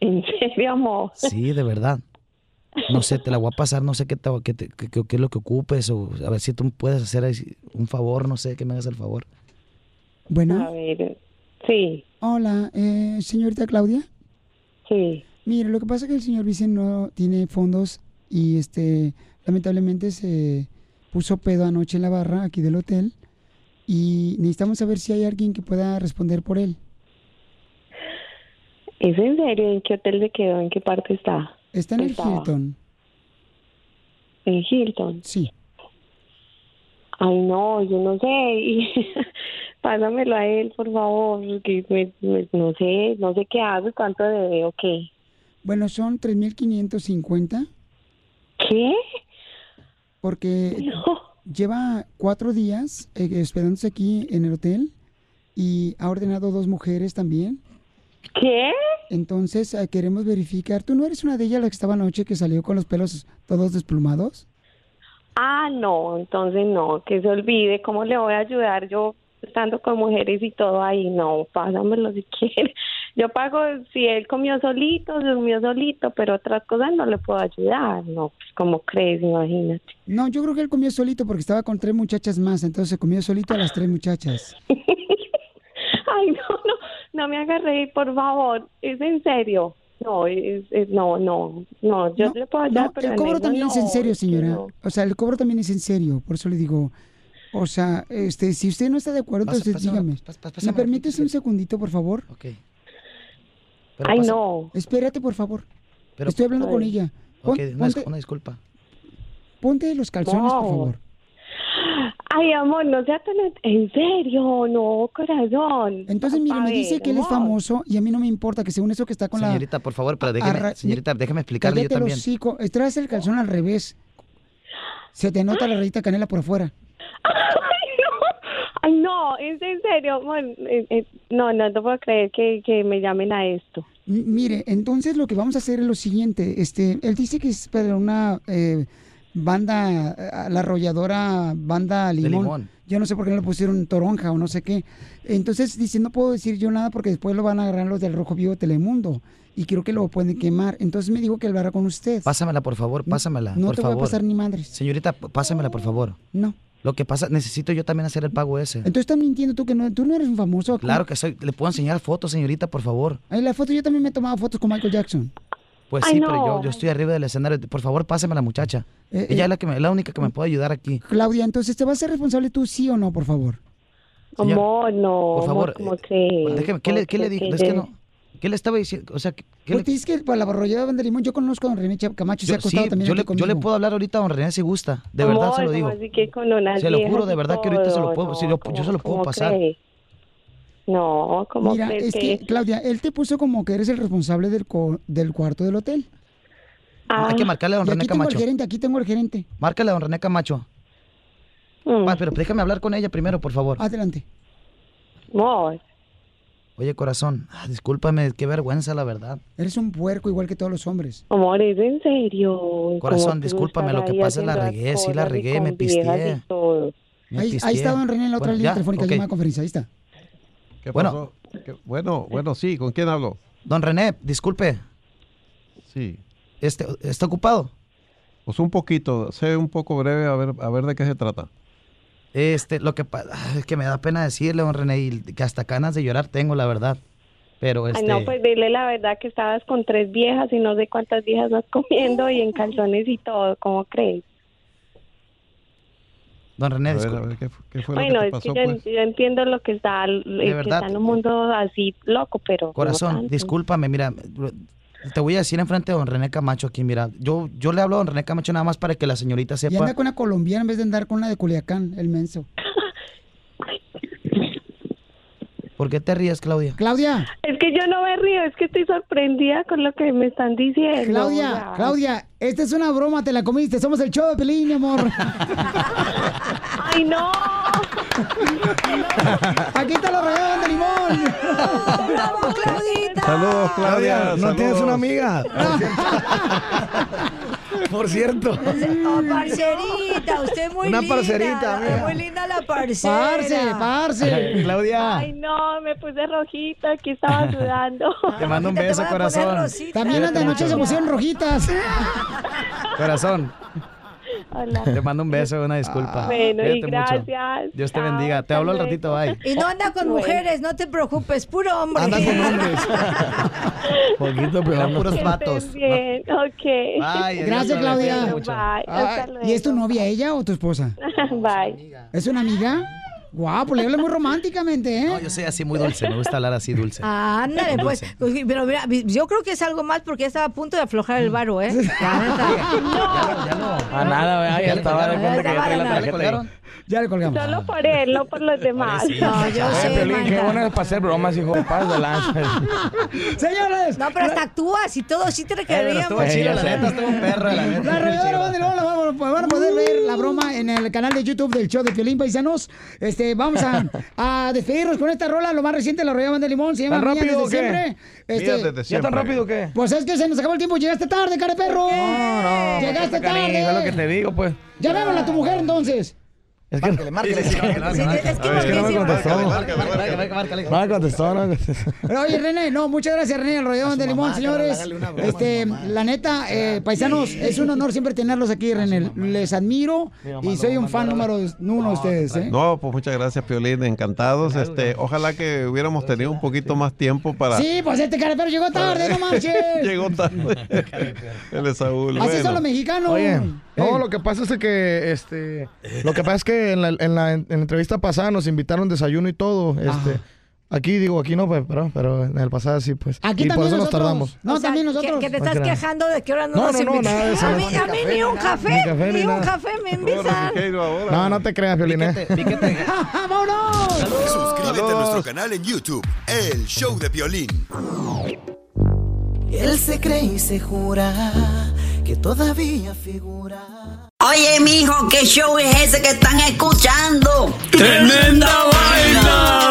¿En serio, amor?
Sí, de verdad. No sé, te la voy a pasar, no sé qué, te- qué, te- qué- qué- qué es lo que ocupes, o a ver si tú me puedes hacer ahí un favor, no sé, que me hagas el favor.
Bueno.
A ver, sí,
Hola, eh, señorita Claudia.
Sí.
Mire, lo que pasa es que el señor Vicen no tiene fondos y este lamentablemente se puso pedo anoche en la barra aquí del hotel y necesitamos saber si hay alguien que pueda responder por él.
¿es en serio? ¿En qué hotel se quedó? ¿En qué parte está?
Está en el
Estaba.
Hilton.
¿En Hilton?
Sí.
Ay, no, yo no sé. Y pásamelo a él, por favor. porque me- me- no sé, no sé qué hago, cuánto debe o qué.
Bueno, son 3.550.
¿Qué?
Porque lleva cuatro días eh, esperándose aquí en el hotel y ha ordenado dos mujeres también. ¿Qué? Entonces eh, queremos verificar. ¿Tú no eres una de ellas la que estaba anoche que salió con los pelos todos desplumados?
Ah, no, entonces no, que se olvide, ¿cómo le voy a ayudar yo estando con mujeres y todo ahí? No, pásamelo si quiere. Yo pago si él comió solito, se durmió solito, pero otras cosas no le puedo ayudar, no, pues como crees, imagínate.
No, yo creo que él comió solito porque estaba con tres muchachas más, entonces comió solito a las tres muchachas.
Ay, no, no, no me hagas reír, por favor, es en serio. No, es, es- no, no, no, yo le puedo ayudar,
No,
pero
el cobro
amigo,
también es en
no,
serio, señora.
no.
O sea, el cobro también es en serio, por eso le digo. O sea, este, si usted no está de acuerdo,
Pasa-
entonces
pasa-
dígame.
pas- pas-
¿Me
pásame la
permites un segundito, por favor? Ok.
Pero Ay, pasa- no.
Espérate, por favor.
Pero-
Estoy hablando con
Ay.
ella.
Ok,
Pon-
una, dis-
ponte-
una disculpa.
ponte los calzones, por
No.
favor.
Ay, amor, no sea tan... En serio, no, corazón.
Entonces, mire, me dice que él es famoso y a mí no me importa que según eso que está con la...
Señorita, por favor, pero déjeme,
Arra-
señorita, déjeme explicarle yo
Cállate el
también.
hocico. Traes el calzón al revés. Se te nota la rayita canela por afuera.
Ay, no, es en serio, amor. Eh, eh, No, no te puedo creer que, que me llamen a esto.
M- Mire, entonces lo que vamos a hacer es lo siguiente. Este, él dice que es para una eh, banda, eh, la arrolladora banda limón.
limón.
Yo no sé por qué no le pusieron toronja o no sé qué. Entonces dice, no puedo decir yo nada porque después lo van a agarrar los del Rojo Vivo de Telemundo. Y creo que lo pueden quemar. Entonces me dijo que hablará con usted.
Pásamela, por favor, pásamela.
no
por
te voy a
favor.
pasar ni madres.
Señorita, p- pásamela, por favor.
No.
Lo que pasa, necesito yo también hacer el pago ese.
Entonces estás mintiendo tú que no, tú no eres un famoso. ¿cómo?
Claro que soy. ¿Le puedo enseñar fotos, señorita, por favor?
Ay, la foto, yo también me he tomado fotos con Michael Jackson.
Pues
Ay,
sí, pero
no.
yo, yo estoy arriba del escenario. Por favor, pásamela, muchacha.
Eh,
Ella
eh.
es la, que me- la única que me puede ayudar aquí.
Claudia, entonces te vas a ser responsable tú sí o no, por favor.
Señor,
Amor, no,
por favor, eh,
amor, ¿cómo crees?
Déjeme, ¿qué le, qué le
¿Cómo
dije?
crees
Es que no. ¿Qué le estaba diciendo? O sea, ¿qué- qué
Pues
le-
dices que para la barrollada de Banda Limón, yo conozco a don René Chap- Camacho, se ha
yo, sí,
acostado también
yo
aquí
le, yo le
conmigo.
puedo hablar ahorita a don René si gusta. De verdad se lo
Amor,
digo.
¿cómo así que con unas
Se lo
viejas
juro, de
y
verdad que ahorita se lo
todo?
puedo. sí,
No,
yo, yo se lo puedo
¿cómo
pasar.
crees? No, ¿cómo
Mira,
crees
es que, Claudia, él te puso como que eres el responsable del, co- del cuarto del hotel.
Ah.
Hay que marcarle a don
Y
René
aquí tengo el
Camacho.
gerente, aquí tengo el gerente.
Márcale a don René Camacho.
Mm.
Pa, pero déjame hablar con ella primero, por favor.
Adelante.
Oye, corazón, ah, discúlpame, qué vergüenza, la verdad.
Eres un puerco igual que todos los hombres.
Amor, es en serio.
Corazón, discúlpame, lo que pasa es la regué, sí la regué, me pisteé. Me
Ahí, ahí
pisteé.
está don René en la otra
Bueno,
línea
ya,
telefónica,
ok.
llamada conferencia, ahí está.
¿Qué
Bueno.
pasó? ¿Qué- bueno, bueno, sí, ¿con quién hablo?
Don René, disculpe.
Sí.
Este, ¿Está ocupado?
Pues un poquito, sé un poco breve a ver, a ver de qué se trata.
Este, lo que pasa es que me da pena decirle, don René, y que hasta ganas de llorar tengo, la verdad. Pero este.
Ay, no, pues dile la verdad que estabas con tres viejas y no sé cuántas viejas vas comiendo y en calzones y todo, ¿cómo crees?
Don René,
a ver,
disculpe.
a ver, ¿qué, fu- qué fue
Bueno,
lo que te
es que
pasó?
yo,
pues?
yo entiendo lo que está, es que
verdad.
está en un mundo así loco, pero... no
Corazón,
tanto.
discúlpame, mira, te voy a decir enfrente de don René Camacho aquí, mira, yo, yo le hablo a don René Camacho nada más para que la señorita
Y anda
sepa.
con una colombiana en vez de andar con la de Culiacán, el menso.
¿Por qué te ríes, Claudia?
Claudia.
Es que yo no me río, es que estoy sorprendida con lo que me están diciendo.
Claudia,
ya.
Claudia, esta es una broma, te la comiste. Somos el show de Pelín, mi amor.
¡Ay, no!
Aquí te lo regalan de limón.
Saludos, Claudia.
Claudia, ¿no
saludos.
tienes una amiga? Por cierto.
Oh, parcerita, usted es muy
Una
linda.
parcerita,
la-
amiga.
Muy linda la parcera.
Parce, parce.
Claudia.
Ay, no, me puse rojita, aquí estaba sudando.
Te mando un beso, corazón.
También las de noche se pusieron rojitas.
Corazón,
Hola.
te mando un beso, una disculpa.
Bueno, y
Cuídate
gracias.
Mucho. Dios te bendiga. Te hablo al ratito, bye.
Y no anda con mujeres, no te preocupes, puro hombre.
Anda con hombres.
Poquito peor.
Eran puros
Que
vatos.
estén bien, ok.
Bye,
Gracias, Claudia.
Bueno, Bye, hasta
Ay, ¿Y es tu novia ella o tu esposa?
luego. Bye.
¿Es una amiga? Guau, pues le habla muy románticamente, ¿eh?
No, yo soy así muy dulce, me gusta hablar así dulce.
Ah, ándale, pues. Pero mira, yo creo que es algo más porque ya estaba a punto de aflojar el varo, ¿eh? La neta.
Ah,
A nada, ¿verdad? Ya estaba de cuenta que ya traía la
¿Ya le
tarjeta.
colgaron?
ahí.
Ya le colgamos.
Solo por él, no por los demás.
No, yo sé, Piolín, qué
Magda.
bueno es para hacer bromas, hijo. Paz de lanza.
Señores.
No, pero hasta actúas y todo, sí te recreeríamos.
pues,
La arrolladora Banda Limón la vamos- pues, van a poder ver la broma en el canal de YouTube del show de Piolín Paisanos. Este, vamos a, a despedirnos con esta rola, lo más reciente, la arrolladora Banda Limón, se llama
¿Tan
Mía
rápido o qué?
desde siempre. Este,
Mía desde ¿Ya tan rápido o qué?
Pues es que se nos acabó el tiempo, llegaste tarde, cara de perro. No,
pues
no. Llegaste
Canijo, Es lo que
tarde.
te digo, pues.
Llamémosla a tu mujer entonces.
Es que, Es que no me contestó. No me contestó, no me contestó.
Pero, oye, René, no, muchas gracias, René, el rollador de limón, señores. Este, la neta, eh, paisanos, es un honor siempre tenerlos aquí, René. Les admiro y soy un fan número uno de ustedes, ¿eh?
No, pues muchas gracias, Piolín, encantados. Este, ojalá que hubiéramos tenido un poquito más tiempo para.
Sí, pues este cara de perro llegó tarde, no marches.
Llegó tarde. El Esaú.
Así son los mexicanos.
Oye,
Ey.
no, lo que pasa es que, este, lo que pasa es que en la, en la en la entrevista pasada nos invitaron desayuno y todo, este, aquí digo, aquí no, pues, pero, pero en el pasado sí, pues,
Aquí
y por
también
eso nos
nosotros.
tardamos.
No, también nosotros. Que, que te
No
estás
crean.
quejando de que ahora no,
No,
nos
no, no,
invitan.
nada de eso,
a
no.
mí, a mí ni un café,
Ni café,
ni,
ni
un
nada.
café me invitan.
No, no te creas, Piolín, eh.
¡Vámonos!
Suscríbete a nuestro canal en YouTube, El Show de Violín.
Él se cree y se jura que todavía figura.
Oye, mijo, ¿qué show es ese que están escuchando?
¡Tremenda
vaina!